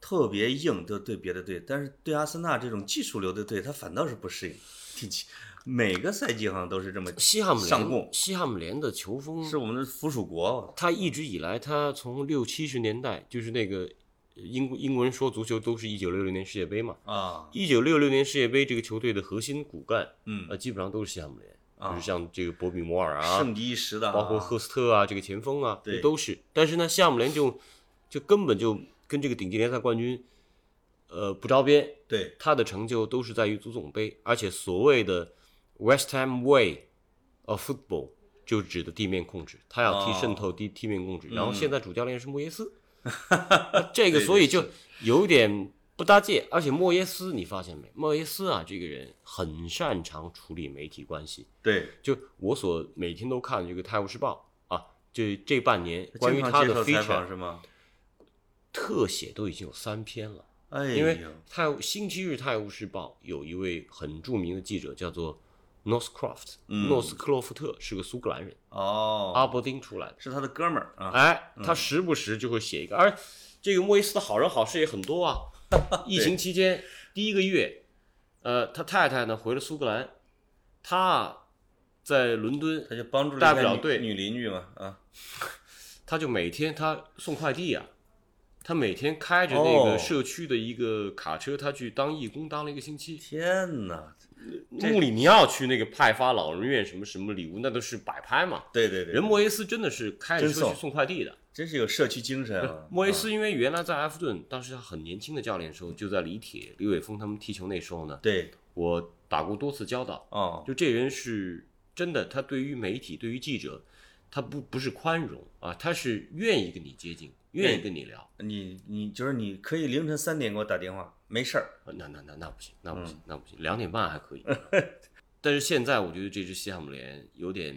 特别硬，就对别的队，但是对阿森纳这种技术流的队，他反倒是不适应。挺奇每个赛季好像都是这么西汉姆联上供，西汉姆联的球风是我们的附属国。他一直以来，他从六七十年代就是那个呃英英国人说足球都是一九六六年世界杯嘛，啊，一九六六年世界杯这个球队的核心骨干，嗯呃，基本上都是西汉姆联，啊就是像这个博比摩尔啊，盛极一时的啊，包括赫斯特啊，这个前锋啊，对这都是。但是呢，西汉姆联就就根本就跟这个顶级联赛冠军，呃，不着边，对他的成就都是在于足总杯，而且所谓的 West Ham way of football 就指的地面控制，他要踢哦嗯渗透地地面控制。然后现在主教练是莫耶斯， (laughs) 这个所以就有点不搭界。而且莫耶斯，你发现没？莫耶斯啊，这个人很擅长处理媒体关系。对，就我所每天都看这个《泰晤士报》啊，这这半年关于经他常接的受采访 feature 是吗？特写都已经有三篇了。哎因为呦，泰晤星期日《泰晤士报》有一位很著名的记者叫做 Northcroft，、诺斯克洛夫特是个苏格兰人，阿哦，伯丁出来的。是他的哥们儿啊，啊哎，他时不时就会写一个，而这个莫伊斯的好人好事也很多啊。疫情期间第一个月，呃，他太太呢回了苏格兰，他啊在伦敦他就帮助大了不一了个对女女邻居嘛啊，他就每天他送快递啊，他每天开着那个哦社区的一个卡车，他去当义工当了一个星期。天哪，穆里尼奥去那个派发老人院什么什么礼物，那都是摆拍嘛。对对对人，莫耶斯真的是开着真车去送送快递的。真是有社区精神啊。莫耶啊斯因为原来在埃弗顿，当时他很年轻的教练的时候，就在李铁、李玮峰他们踢球那时候呢，对我打过多次交道。哦，就这人是真的，他对于媒体、对于记者，他不不是宽容啊，他是愿意跟你接近，愿意跟你聊。你你就是你可以凌晨三点给我打电话，没事儿。啊那那那那不行，那不行，那不行，两点半还 (laughs) 可以。但是现在我觉得这支西汉姆联有点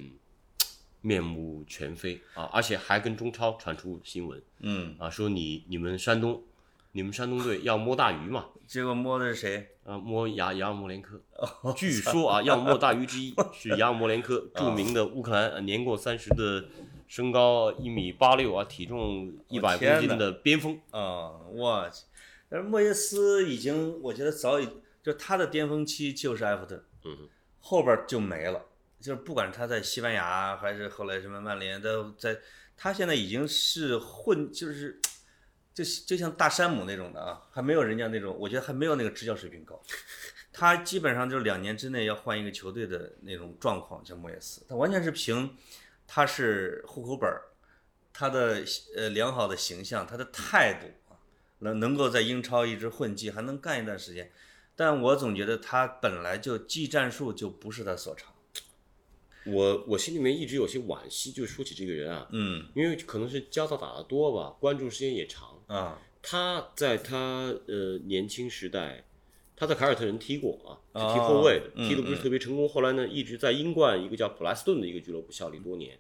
面目全非啊，而且还跟中超传出新闻嗯，啊，说你你们山东，你们山东队要摸大鱼嘛，结果摸的是谁？啊，摸雅雅尔莫连科。据说啊，要摸大鱼 (laughs) 之一是雅尔莫连科，著名的乌克兰呃年过三十的，身高一米八六啊，体重一百公天斤哪的边锋。啊，我去！但是莫耶斯已经，我觉得早已就他的巅峰期就是埃弗顿，嗯，后边就没了。就是不管是他在西班牙还是后来什么曼联，都在他现在已经是混，就是就就像大山姆那种的啊，还没有人家那种，我觉得还没有那个执教水平高。他基本上就是两年之内要换一个球队的那种状况，像莫耶斯，他完全是凭他是户口本儿，他的呃良好的形象，他的态度啊，能能够在英超一直混迹，还能干一段时间。但我总觉得他本来就技战术就不是他所长，我我心里面一直有些惋惜，就是说起这个人啊，嗯因为可能是交道打得多吧，关注时间也长。啊他在他呃年轻时代，他在凯尔特人踢过啊，哦是踢后卫的，嗯踢的不是特别成功。后来呢，一直在英冠一个叫普莱斯顿的一个俱乐部效力多年，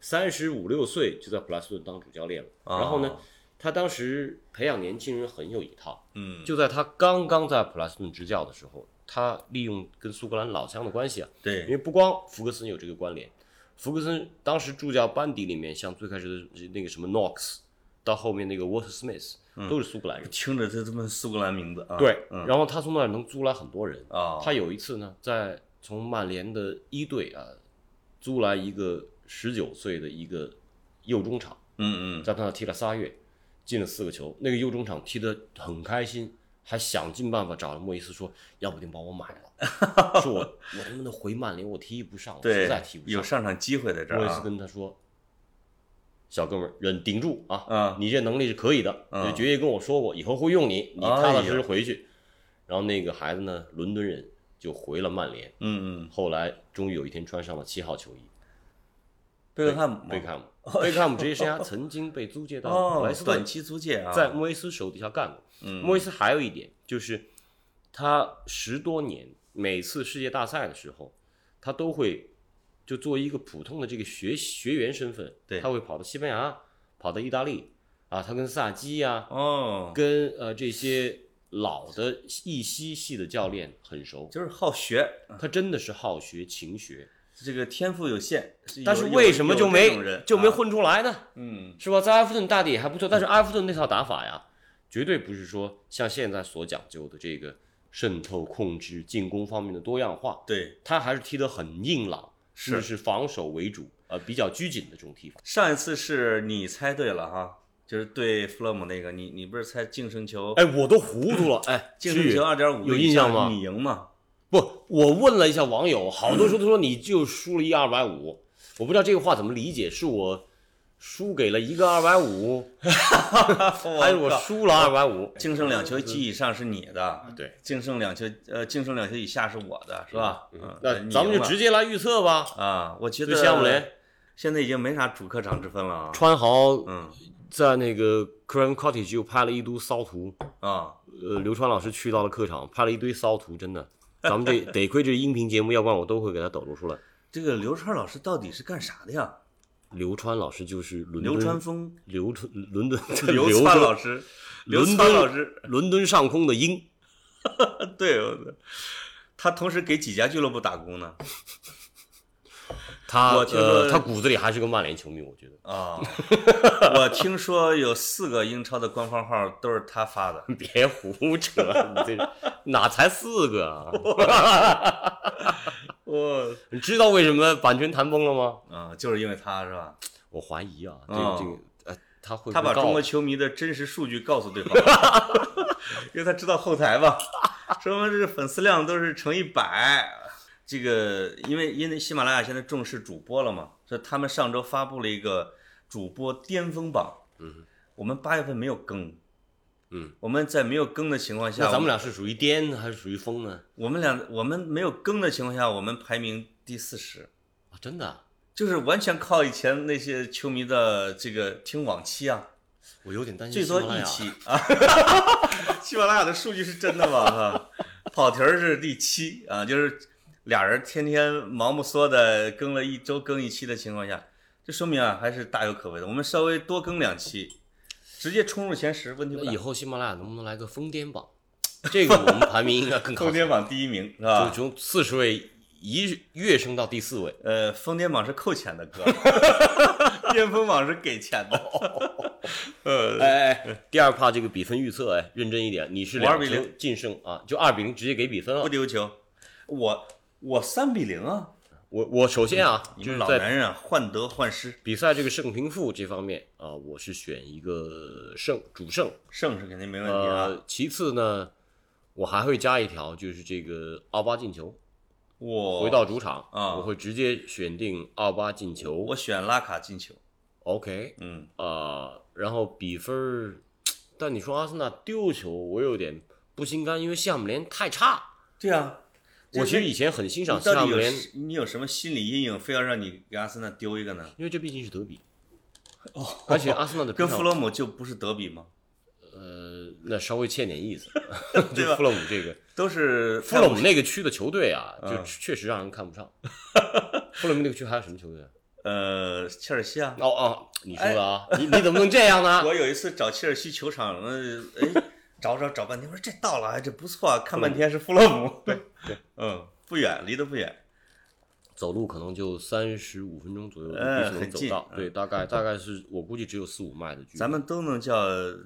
三十五六岁就在普莱斯顿当主教练了。哦然后呢，他当时培养年轻人很有一套，嗯，就在他刚刚在普莱斯顿执教的时候，他利用跟苏格兰老乡的关系啊，因对，为不光福格森有这个关联，福格森当时助教班底里面，像最开始的那个什么 Knox，到后面那个 Walter Smith，都是苏格兰人。听着这他妈苏格兰名字啊，对，嗯然后他从那儿能租来很多人。啊，他有一次呢，在从曼联的一队啊，租来一个十九岁的一个右中场，嗯嗯在他那踢了仨月，进了四个球。那个右中场踢得很开心，还想尽办法找莫伊斯说，要不定把我买了，说我我他妈的回曼联我踢不上，我实对在踢，不上有。上场机会在这我儿也是啊，跟他说，小哥们儿忍顶住啊，啊你这能力是可以的，嗯也爵爷跟我说过，以后会用你，你哎呀踏踏实实回去。然后那个孩子呢，伦敦人就回了曼联，嗯嗯，后来终于有一天穿上了七号球衣，贝克汉姆，贝克汉姆，贝克汉姆职业生涯曾经被租借到普哦莱，斯短顿，期租借啊，嗯在莫伊斯手底下干过。莫伊斯还有一点就是，他十多年每次世界大赛的时候，他都会就作为一个普通的这个学学员身份，对他会跑到西班牙，跑到意大利啊，他跟萨基呀、哦，跟呃这些老的意西系的教练很熟，就是好学，他真的是好学勤学，这个天赋有限，但是有为什么有就有没这种人就没啊混出来呢？嗯是吧？在埃弗顿大帝也还不错，但是埃弗顿那套打法呀，绝对不是说像现在所讲究的这个渗透、控制、进攻方面的多样化，对。他还是踢得很硬朗，是甚至是防守为主，呃，比较拘谨的这种踢法。上一次是你猜对了哈，就是对弗洛姆那个，你你不是猜净胜球？哎，我都糊涂了，哎，净石胜宇球二点五有印象吗你赢吗？不，我问了一下网友，好多时候都说你就输了一二百五，我不知道这个话怎么理解，是我输给了一个二百五， (laughs) 还是我输了二百五？净胜两球及以上是你的，对，净胜两球呃净胜两球以下是我的，是吧？嗯那咱们就直接接来预测吧，啊，我觉对得夏姆雷。现在已经没啥主客场之分了啊，川豪嗯在那个 Craven Cottage 又拍了一堆骚图，啊，呃，刘川老师去到了客场，拍了一堆骚图，真的，咱们这 (laughs) 得亏这是音频节目，要不然我都会给他抖露出来。这个刘川老师到底是干啥的呀？刘川老师就是伦敦刘川 (laughs) 峰，刘川伦 (laughs) 敦川老师，师，刘伦川敦老师，伦敦上空的鹰，对，我的他同时给几家俱乐部打工呢？他我听说呃他骨子里还是个曼联球迷，我觉得。 (laughs) 啊、我听说有四个英超的官方号都是他 (laughs) 发的，别胡扯，你这 (laughs) 哪才四个 (laughs) 啊？我你知道为什么版权谈崩了吗？啊、就是因为他是吧？我怀疑啊，这哦个这个呃，他会不会他把告中我国球迷的真实数据告诉对 (laughs) 方，因为他知道后台嘛，说这个粉丝量都是乘一百。这个因为因为喜马拉雅现在重视主播了嘛，所以他们上周发布了一个主播巅峰榜。嗯，我们八月份没有更。嗯，我们在没有更的情况那下，咱我们俩是属于颠还是属于疯呢？我们俩我们没有更的情况下，我们排名第四十，啊，真的啊、就是完全靠以前那些球迷的这个听往期啊，我有点担心最喜马多拉雅。一期 (laughs) 啊。喜马拉雅的数据是真的吗？ (laughs) 哈，跑题儿是第七啊，就是俩人天天忙不缩的更了一周更一期的情况下，这说明啊还是大有可为的。我们稍微多更两期，直接冲入前十，问题不那大以。后喜马拉雅能不能来个疯癫 (laughs) 榜？这个我们排名应该更靠后前，天榜第一名是就吧？从四十位一跃升到第四位。呃，封癫榜是扣 (laughs) 钱的哥，巅峰榜是给钱的。呃，哎哎，第二趴这个比分预测，哎，认真一点，你是我两2比球0净胜啊，就二比零直接给比分不啊。丢球，我我三比零啊！我我首先啊，你就们是老在男人啊，患得患失，比赛这个胜平负这方面啊，我是选一个胜主胜，胜是肯定没问题啊。呃，其次呢，我还会加一条，就是这个奥巴进球。我回到主场啊我会直接选定奥巴进球我。选拉卡进球， OK，嗯，呃，然后比分儿，但你说阿森纳丢球，我有点不心甘，因为项姆联太差。对啊，我其实以前很欣赏你西到汉底姆有联，什你有什么心理阴影，非要让你给阿森纳丢一个呢？因为这毕竟是德比，而且阿森纳的哦 (laughs) 跟主场弗洛姆就不是德比吗？呃，那稍微欠点意 (laughs) 思，对就吧弗洛姆这个，都是弗洛姆那个区的球队啊，就嗯确实让人看不 (laughs) 上。弗洛姆那个区还有什么球队啊？呃切尔西啊，哦哦，你说的啊，哎你你怎么能这样 (laughs) 呢？我有一次找切尔西球场，呃，哎，找找找半天，我说这到了，哎这不错，啊，看半天是弗 (laughs) 洛姆，对对，嗯，不远，离得不远，走路可能就三十五分钟左右，哎彼此能很走近到。嗯对，大概大概是我估计只有四五迈的距离。咱们都能叫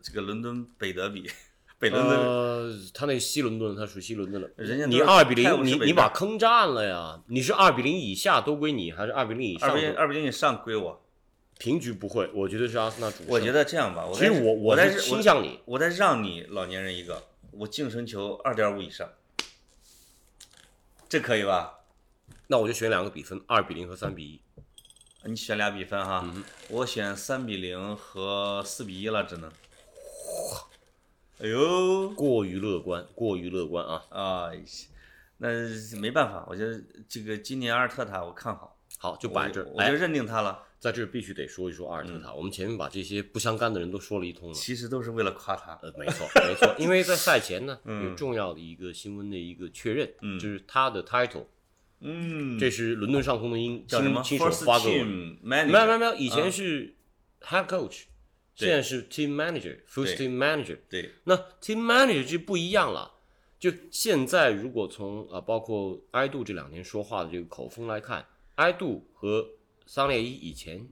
这个伦敦北德比， (laughs) 北伦敦，呃，他那西伦敦，他属于西伦敦了。人家都你是二比泰晤零，士你北你边把坑占了呀！你是二比零以下都归你，还是二比零以上二都？比零，二比零以上归我，平局不会，我觉得是阿森纳主胜。我觉得这样吧，我其实再我我再是倾向你，我再让你老年人一个，我净身球二点五以上，这可以吧？那我就选两个比分，二比零和三比一。你选俩比分哈，嗯我选三比零和四比一了，只能。哎呦，过于乐观，过于乐观啊！啊，那没办法，我觉得这个今年阿尔特塔我看好，好，就我摆这儿。我就哎，认定他了。在这儿必须得说一说阿尔嗯特塔。我们前面把这些不相干的人都说了一通了。其实都是为了夸他，呃，没错，没错，因为在赛前呢，有重要的一个新闻的一个确认，嗯就是他的 title，嗯，这是伦敦上空的鹰叫什么亲亲手 First 发给我的。 Team Manager？啊没有没有没有，以前是 head coach，现在是 team manager，first 对 team manager。对，那 team manager 就不一样了。就现在，如果从啊，包括埃杜这两天说话的这个口风来看，埃杜和桑列伊以前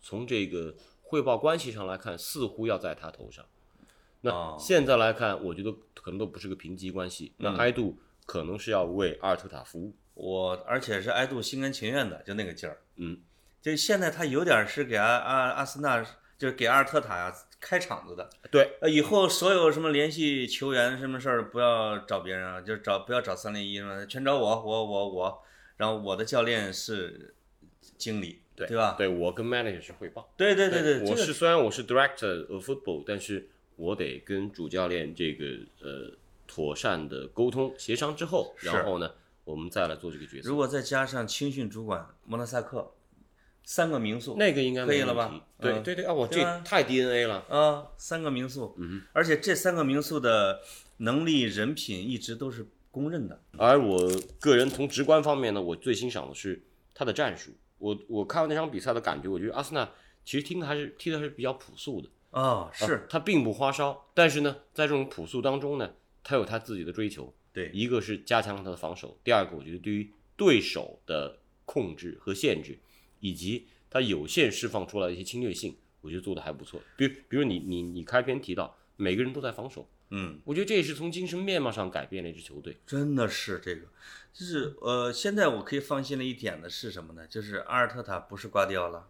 从这个汇报关系上来看，似乎要在他头上。哦嗯那现在来看，我觉得可能都不是个平级关系。那埃杜可能是要为阿尔特塔服务。我而且是爱杜心甘情愿的，就那个劲儿。嗯，就现在他有点是给阿阿阿森纳，就是给阿尔特塔呀开场子的。对，呃，以后所有什么联系球员什么事儿，不要找别人啊，就是找不要找三零一什么的，全找我，我我我。然后我的教练是经理，对对吧？对我跟 manager 是汇报。对对对对，我这是个虽然我是 director of football，但是我得跟主教练这个呃妥善的沟通协商之后，是然后呢，我们再来做这个决策如。果再加上青训主管莫纳萨克，三个名宿，那个应该可以没了问吧题。嗯对对对啊，我对这吧太 DNA 了。啊，三个名宿，嗯而且这三个名宿的能力、人品一直都是公认的。而我个人从直观方面呢，我最欣赏的是他的战术。我我看完那场比赛的感觉，我觉得阿森纳其实听的还是踢的还是比较朴素的，哦，啊是他并不花哨，但是呢，在这种朴素当中呢，他有他自己的追求。对，一个是加强他的防守，第二个我觉得对于对手的控制和限制，以及他有限释放出来的一些侵略性，我觉得做的还不错。比如，比如你你你开篇提到每个人都在防守，嗯，我觉得这也是从精神面貌上改变了一支球队。真的是这个，就是呃，现在我可以放心的一点的是什么呢？就是阿尔特塔不是瓜迪奥拉，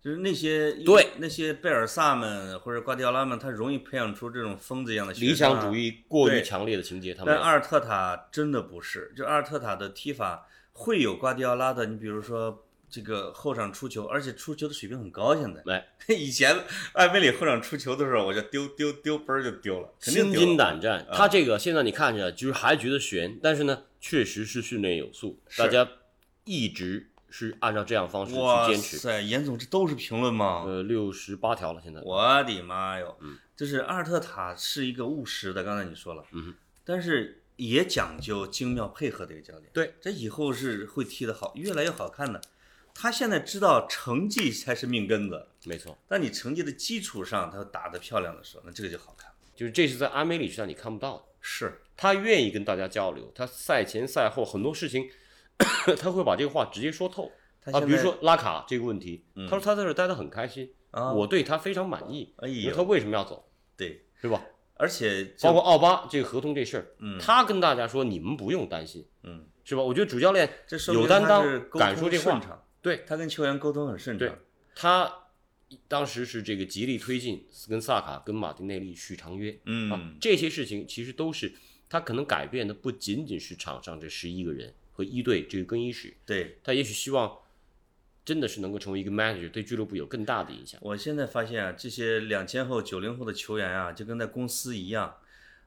就是那些对那些贝尔萨们或者瓜迪奥拉们，他容易培养出这种疯子一样的学理生想啊主义过于对强烈的情节，他们但阿尔特塔真的不是，就阿尔特塔的踢法会有瓜迪奥拉的，你比如说这个后场出球，而且出球的水平很高。现在，来 (laughs) 以前艾梅里后场出球的时候，我就丢丢丢嘣儿就丢了，肯定心丢惊了。胆战。他这个现在你看着就是还觉得悬，但是呢，确实是训练有素，大家一直是按照这样方式哇去坚持。塞，严总，这都是评论吗？呃，六十八条了，现在我的妈哟！就是阿尔特塔是一个务实的，刚才你说了，嗯哼，但是也讲究精妙配合的一个教练。对，这以后是会踢得好，越来越好看的。他现在知道成绩才是命根子，没错。但你成绩的基础上，他打得漂亮的时候，那这个就好看。就是这是在阿梅里身上你看不到的。是，他愿意跟大家交流，他赛前赛后很多事情， (coughs) 他会把这个话直接说透他啊。现在比如说拉卡这个问题，他说他在这儿待得很开心，啊我对他非常满意。嗯哎你说呦他为什么要走，对，对吧？而且就包括奥巴这个合同这事儿，嗯他跟大家说你们不用担心，嗯，是吧？我觉得主教练这说明有担他当是，沟敢通说这顺话。畅，对他跟球员沟通很顺畅对。，他当时是这个极力推进跟萨卡、跟马丁内利续长约，啊嗯，，这些事情其实都是他可能改变的，不仅仅是场上这十一个人和一队这个更衣室，对。他也许希望真的是能够成为一个 manager，对俱乐部有更大的影响。我现在发现啊，这些两千后、九零后的球员啊，就跟在公司一样，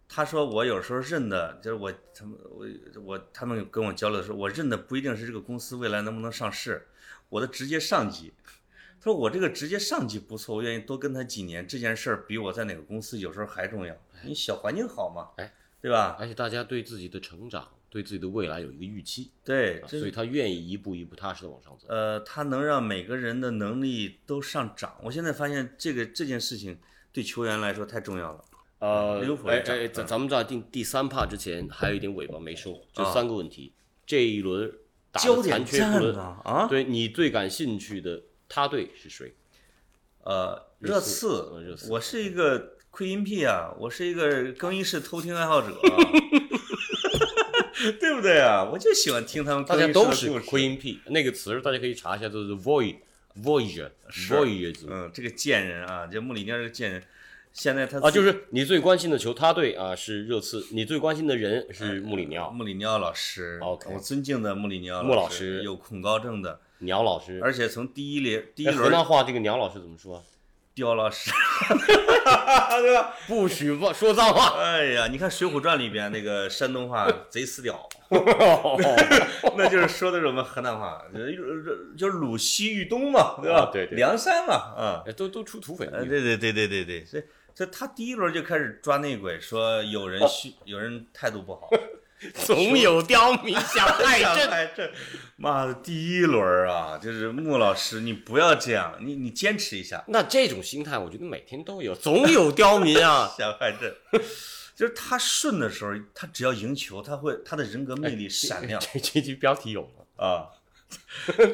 他说我有时候认的，就是我他们我我他们跟我交流的时候，我认的不一定是这个公司未来能不能上市，我的直接上级。他说我这个直接上级不错，我愿意多跟他几年，这件事儿比我在哪个公司有时候还重要。你小环境好嘛，哎，对吧？而且大家对自己的成长、对自己的未来有一个预期，对，啊这所以他愿意一步一步踏实的往上走。呃，它能让每个人的能力都上涨。我现在发现这个这件事情对球员来说太重要了。呃利物浦哎也涨哎，咱嗯咱们在定第三趴之前还有一点尾巴没收，就啊三个问题。这一轮打焦的点残缺战不论，啊啊！对你最感兴趣的他队是谁？呃，热热刺刺呃热，刺我是一个窥音癖啊，我是一个更衣室偷听爱好者、啊， (laughs) 对不对啊？我就喜欢听他们大更衣家室都的是故窥事。音癖那个词儿，大家可以查一下，就是 void voyager 是 voyager 族嗯，这个贱人啊，这穆里尼奥这个贱人，现在他啊，就自己是你最关心的球他队啊是热刺，你最关心的人是穆里尼奥、穆里尼奥老师 OK 我尊敬的穆里尼奥穆老师，师有恐高症的，鸟老师。而且从第一轮第一哎河轮南话这个鸟老师怎么 (laughs) 说啊？刁老师， (laughs) 不许忘说脏话。 (laughs) 哎呀，你看《水浒传》里边那个山东话贼死屌，那就是说的是我们河南话，就是就是鲁西豫东嘛，对吧？啊对对梁山嘛，啊、哎都都出土匪了呃，对对对对对对，所以所以他第一轮就开始抓内鬼，说有哦人虚，有人态度不好，总有刁民想 (laughs) 害这朕。还这，妈的，第一轮啊，就是穆老师，你不要这样，你你坚持一下，。那这种心态，我觉得每天都有，总有刁民啊想害朕。就是他顺的时候，他只要赢球，他会他的人格魅哎力闪亮 (laughs) 这这期标题有了，啊！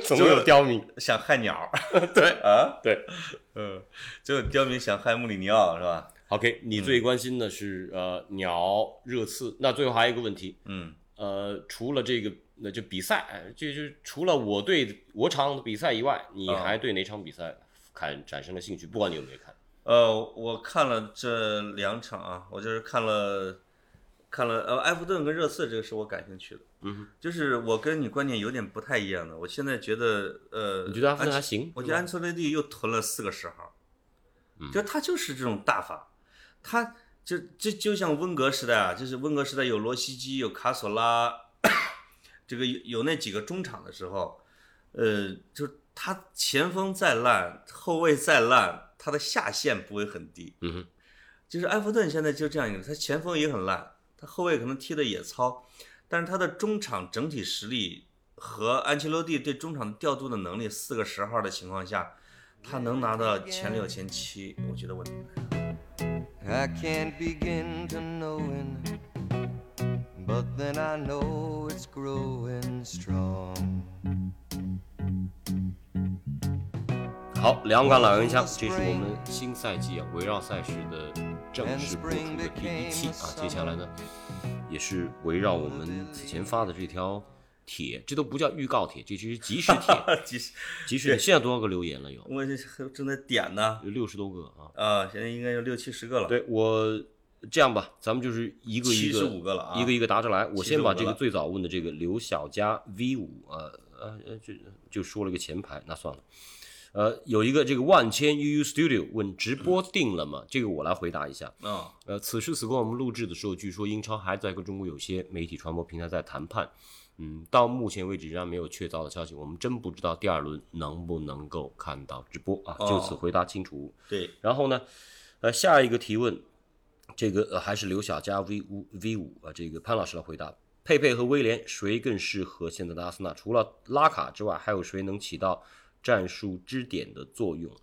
总有刁民。想害鸟，对啊，对嗯，就刁民想害穆里尼奥是吧？ ，OK，你最关心的是呃鸟热刺，那最后还有一个问题，嗯，呃，除了这个那就比赛，哎就就除了我对我场的比赛以外，你啊还对哪场比赛看产生了兴趣？不管你有没有看，呃，我看了这两场啊，我就是看了看了呃，埃弗顿跟热刺这个是我感兴趣的，嗯哼，就是我跟你观点有点不太一样的，我现在觉得呃，你觉得埃弗顿还安切行？我觉得安是吧嗯切洛蒂又囤了四个十号，就他就是这种大法，他就就就像温格时代啊，就是温格时代有罗西基、有卡索拉， (coughs) 这个有有那几个中场的时候，呃，就是他前锋再烂，后卫再烂，他的下限不会很低。嗯哼，就是埃弗顿现在就这样一个，他前锋也很烂，他后卫可能踢的也糙，但是他的中场整体实力和安切洛蒂对中场调度的能力，四个十号的情况下，他能拿到前六前七，我 (laughs) 觉得问题不大。 I can't begin to knowing, but then I know it's growing strong. 好，两杆老人枪，这是我们新赛季啊围绕赛事的正式播出的第一期啊。接下来呢，也是围绕我们此前发的这条帖，这都不叫预告帖，这只是即时 (laughs) 帖，其实即时帖。现在多少个留言了？有我这还正在点呢，有六十多个啊。啊，现在应该有六七十个了。，对我这样吧，咱们就是一个一个75个了啊一个一个答着来。我75先个把这个了最早问的这个刘小佳 V 五啊呃呃就就说了个前排，那算了。呃，有一个这个万千 UU Studio 问直播定了吗？这个我来回答一下。啊，呃，此时此刻我们录制的时候，据说英超还在跟中国有些媒体传播平台在谈判。嗯，到目前为止仍然没有确凿的消息，我们真不知道第二轮能不能够看到直播啊。就此哦回答清楚。对，然后呢，呃，下一个提问，这个、呃、还是刘小佳 V 五 V 五啊，这个潘老师来回答。佩佩和威廉谁更适合现在的阿森纳？除了拉卡之外，还有谁能起到战术支点的作用？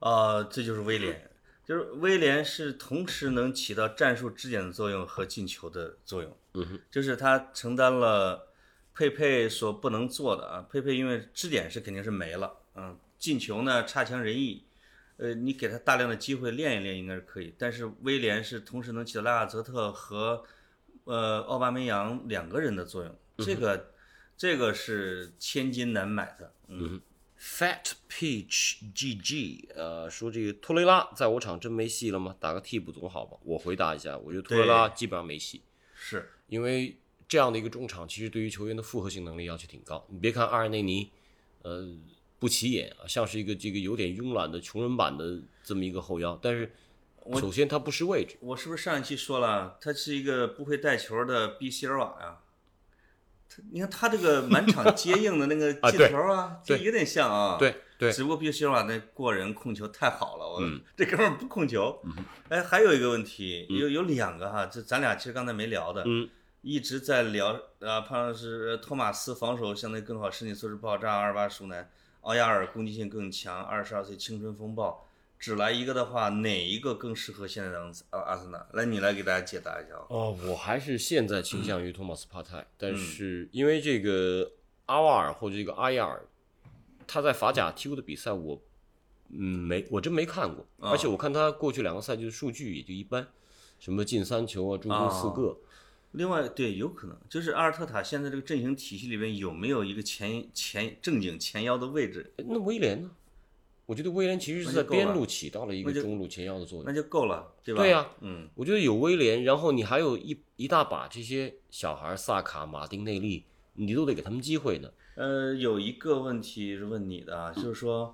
啊，这就是威廉，就是威廉是同时能起到战术支点的作用和进球的作用。嗯哼，就是他承担了佩佩所不能做的啊。佩佩因为支点是肯定是没了，嗯，进球呢差强人意，呃，你给他大量的机会练一练应该是可以。但是威廉是同时能起到拉瓦泽特和呃奥巴梅扬两个人的作用，嗯这个、这个是千金难买的，嗯， Fat Peach GG，呃，说这个托雷拉在我场真没戏了吗？打个替补总好吧？我回答一下，我觉得托雷拉基本上没戏，是因为这样的一个中场，其实对于球员的复合性能力要求挺高。你别看阿尔内尼，呃，不起眼啊，像是一个这个有点慵懒的穷人版的这么一个后腰，但是我首先它不是位置，我是不是上一期说了，他是一个不会带球的毕希尔瓦呀、他你看他这个满场接应的那个啊劲对头啊，就对有点像啊。对对嗯只不过毕希尔瓦那过人控球太好了，我、 (laughs) 这哥们儿不控球。哎，还有一个问题，有有两个哈，这咱俩其实刚才没聊的，嗯一直在聊啊，胖老师托马斯防守相对更好，身体素质爆炸，二八熟男，奥亚尔攻击性更强，二十二岁青春风暴。只来一个的话，哪一个更适合现在的阿阿森纳？来，你来给大家解答一下啊。哦，我还是现在倾向于托马斯帕泰，嗯但是因为这个阿瓦尔或者这个阿亚尔，他在法甲踢过的比赛我，嗯没我真没看过，啊而且我看他过去两个赛季的数据也就一般，什么进三球啊，助攻四个，另外，对，有可能就是阿尔特塔现在这个阵型体系里面有没有一个前前正经前腰的位置，哎那威廉呢？我觉得威廉其实是那在就够了边路起到了一个那就中路前腰的作那用。就够了，对吧？对呀嗯，我觉得有威廉，然后你还有一一大把这些小孩儿，萨卡、马丁内利，你都得给他们机会呢。呃，有一个问题是问你的啊，就是说，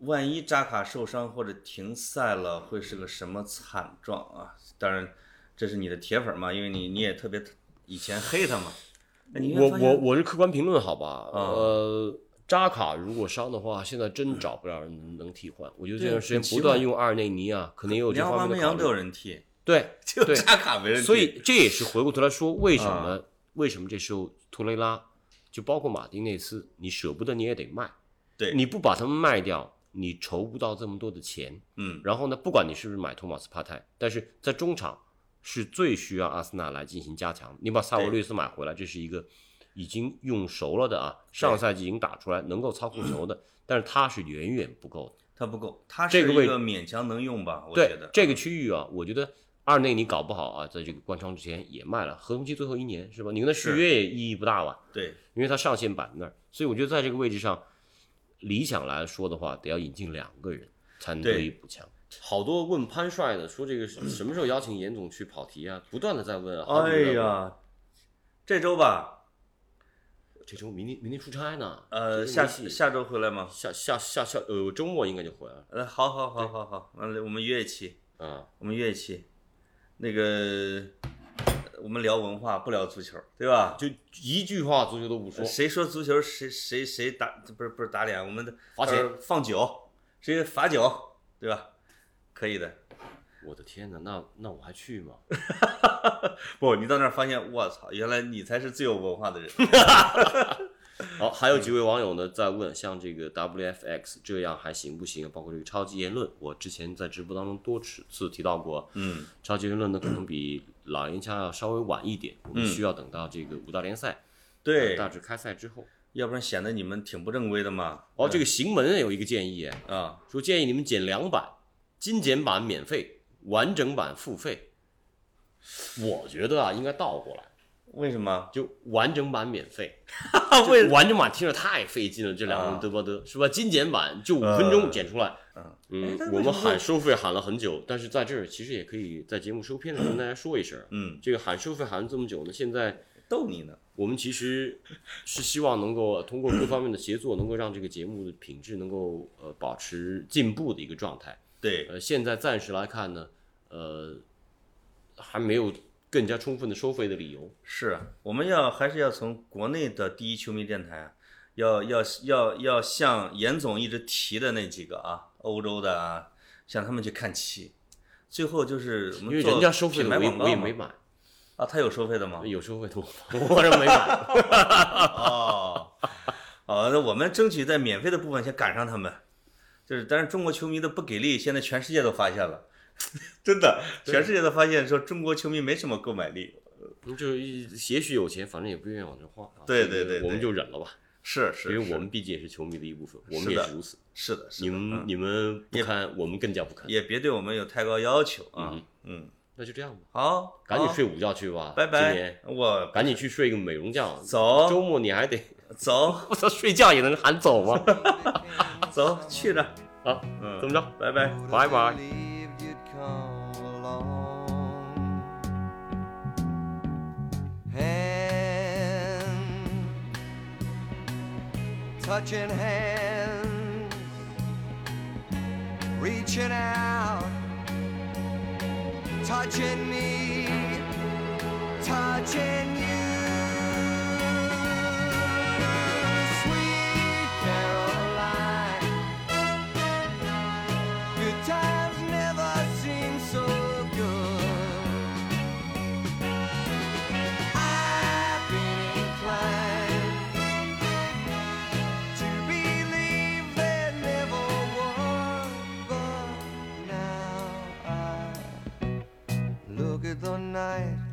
万一扎卡受伤或者停赛了，会是个什么惨状啊？当然，这是你的铁粉嘛，因为你你也特别以前黑他嘛。那你会我发现我我是客观评论，好吧？啊呃，扎卡如果伤的话，现在真找不了人能替换。我觉得这对段时很间奇不断怪用阿尔内尼啊，可能也有这连奥巴方梅面的考扬都有虑。(laughs) 人踢，对，就对扎卡没人踢。所以这也是回过头来说，为什么啊为什么这时候托雷拉，就包括马丁内斯，你舍不得你也得卖，对，你不把他们卖掉，你筹不到这么多的钱。嗯然后呢，不管你是不是买托马斯帕泰，但是在中场是最需要阿森纳来进行加强。你把萨维略斯买回来，这是一个已经用熟了的啊，上赛季已经打出来能够操控球 (clears throat) 的，但是他是远远不够的。他不够，他是这个一位个勉强能用吧？我觉对得嗯这个区域啊，我觉得二内你搞不好啊，在这个关窗之前也卖了，合同期最后一年是吧？你跟他续是约也意义不大吧？对因为他上限摆在那儿，所以我觉得在这个位置上，理想来说的话，得要引进两个人才能对得以补强。好多问潘帅的说这个是什么时候邀请严总去跑题啊？不断的在问啊。好几哎个人问，呀，这周吧，这周明天明天出差呢，呃，这下周没戏下周回来吗？下下下下呃周末应该就回来了呃，好好好好好，完了我们约一期，啊。我们约一期，那个我们聊文化，不聊足球，对吧？就一句话足球都不说，谁说足球谁谁谁打不是不是打脸，我们的罚钱呃放酒，谁罚酒，对吧？可以的。我的天哪，那那我还去吗？ (laughs) 不，你到那儿发现，我操，原来你才是最有文化的人。 (laughs) 好，还有几位网友呢在问，像这个 WFX 这样还行不行？包括这个超级言论，我之前在直播当中多次次提到过，嗯，超级言论呢可能比老烟枪要稍微晚一点，我们需要等到这个五大联赛、对，大致开赛之后。要不然显得你们挺不正规的嘛。哦，这个行门有一个建议，哎啊，说建议你们剪两版，精简版免费，完整版付费。我觉得啊，应该倒过来，为什么？就完整版免 (laughs) 费。啊，这完整版听着太费劲了，这两种啊嘚吧嘚，是吧？精简版就五分钟剪出来。哎呃嗯但，我为什们么喊收费喊了很久，但是在这儿其实也可以在节目收片的时候跟大家说一声，嗯，这个喊收费喊了这么久呢，现在逗你呢。我们其实是希望能够通过各方面的协作，能够让这个节目的品质能够呃保持进步的一个状态。对，呃，现在暂时来看呢，呃，还没有更加充分的收费的理由。是啊我们要还是要从国内的第一球迷电台啊，要要要要向严总一直提的那几个啊，欧洲的啊，向他们去看齐。最后就是我们因为做人家收费的品牌我也广告我也嘛没买，啊，他有收费的吗？有收费的我我是没买。 (laughs) 哦，哦，那我们争取在免费的部分先赶上他们。就是，但是中国球迷的不给力，现在全世界都发现了， (laughs) 真的，全世界都发现说中国球迷没什么购买力。就是一也许有钱，反正也不愿意往这花啊。对这个对对我们对就忍了吧，是是因为我是们毕竟也是球迷的一部分，我是们也的是如此。是的，嗯是你的们你们不堪，我们更加不堪。也别对我们有太高要求啊嗯。嗯，那就这样吧，好，赶紧好睡，午觉去吧，拜今年拜。我赶紧去睡个美容觉。走周末你还得，走哦 (laughs) 我操，睡觉也能喊走 (laughs) 吗？走去着，啊，嗯怎么着？拜拜。拜拜。 believed you'd come along. Hand, touching hands, reaching out touching me, touching you. Sweet Caroline, good times never seem so good. I've been inclined to believe there never was, but now I look at the night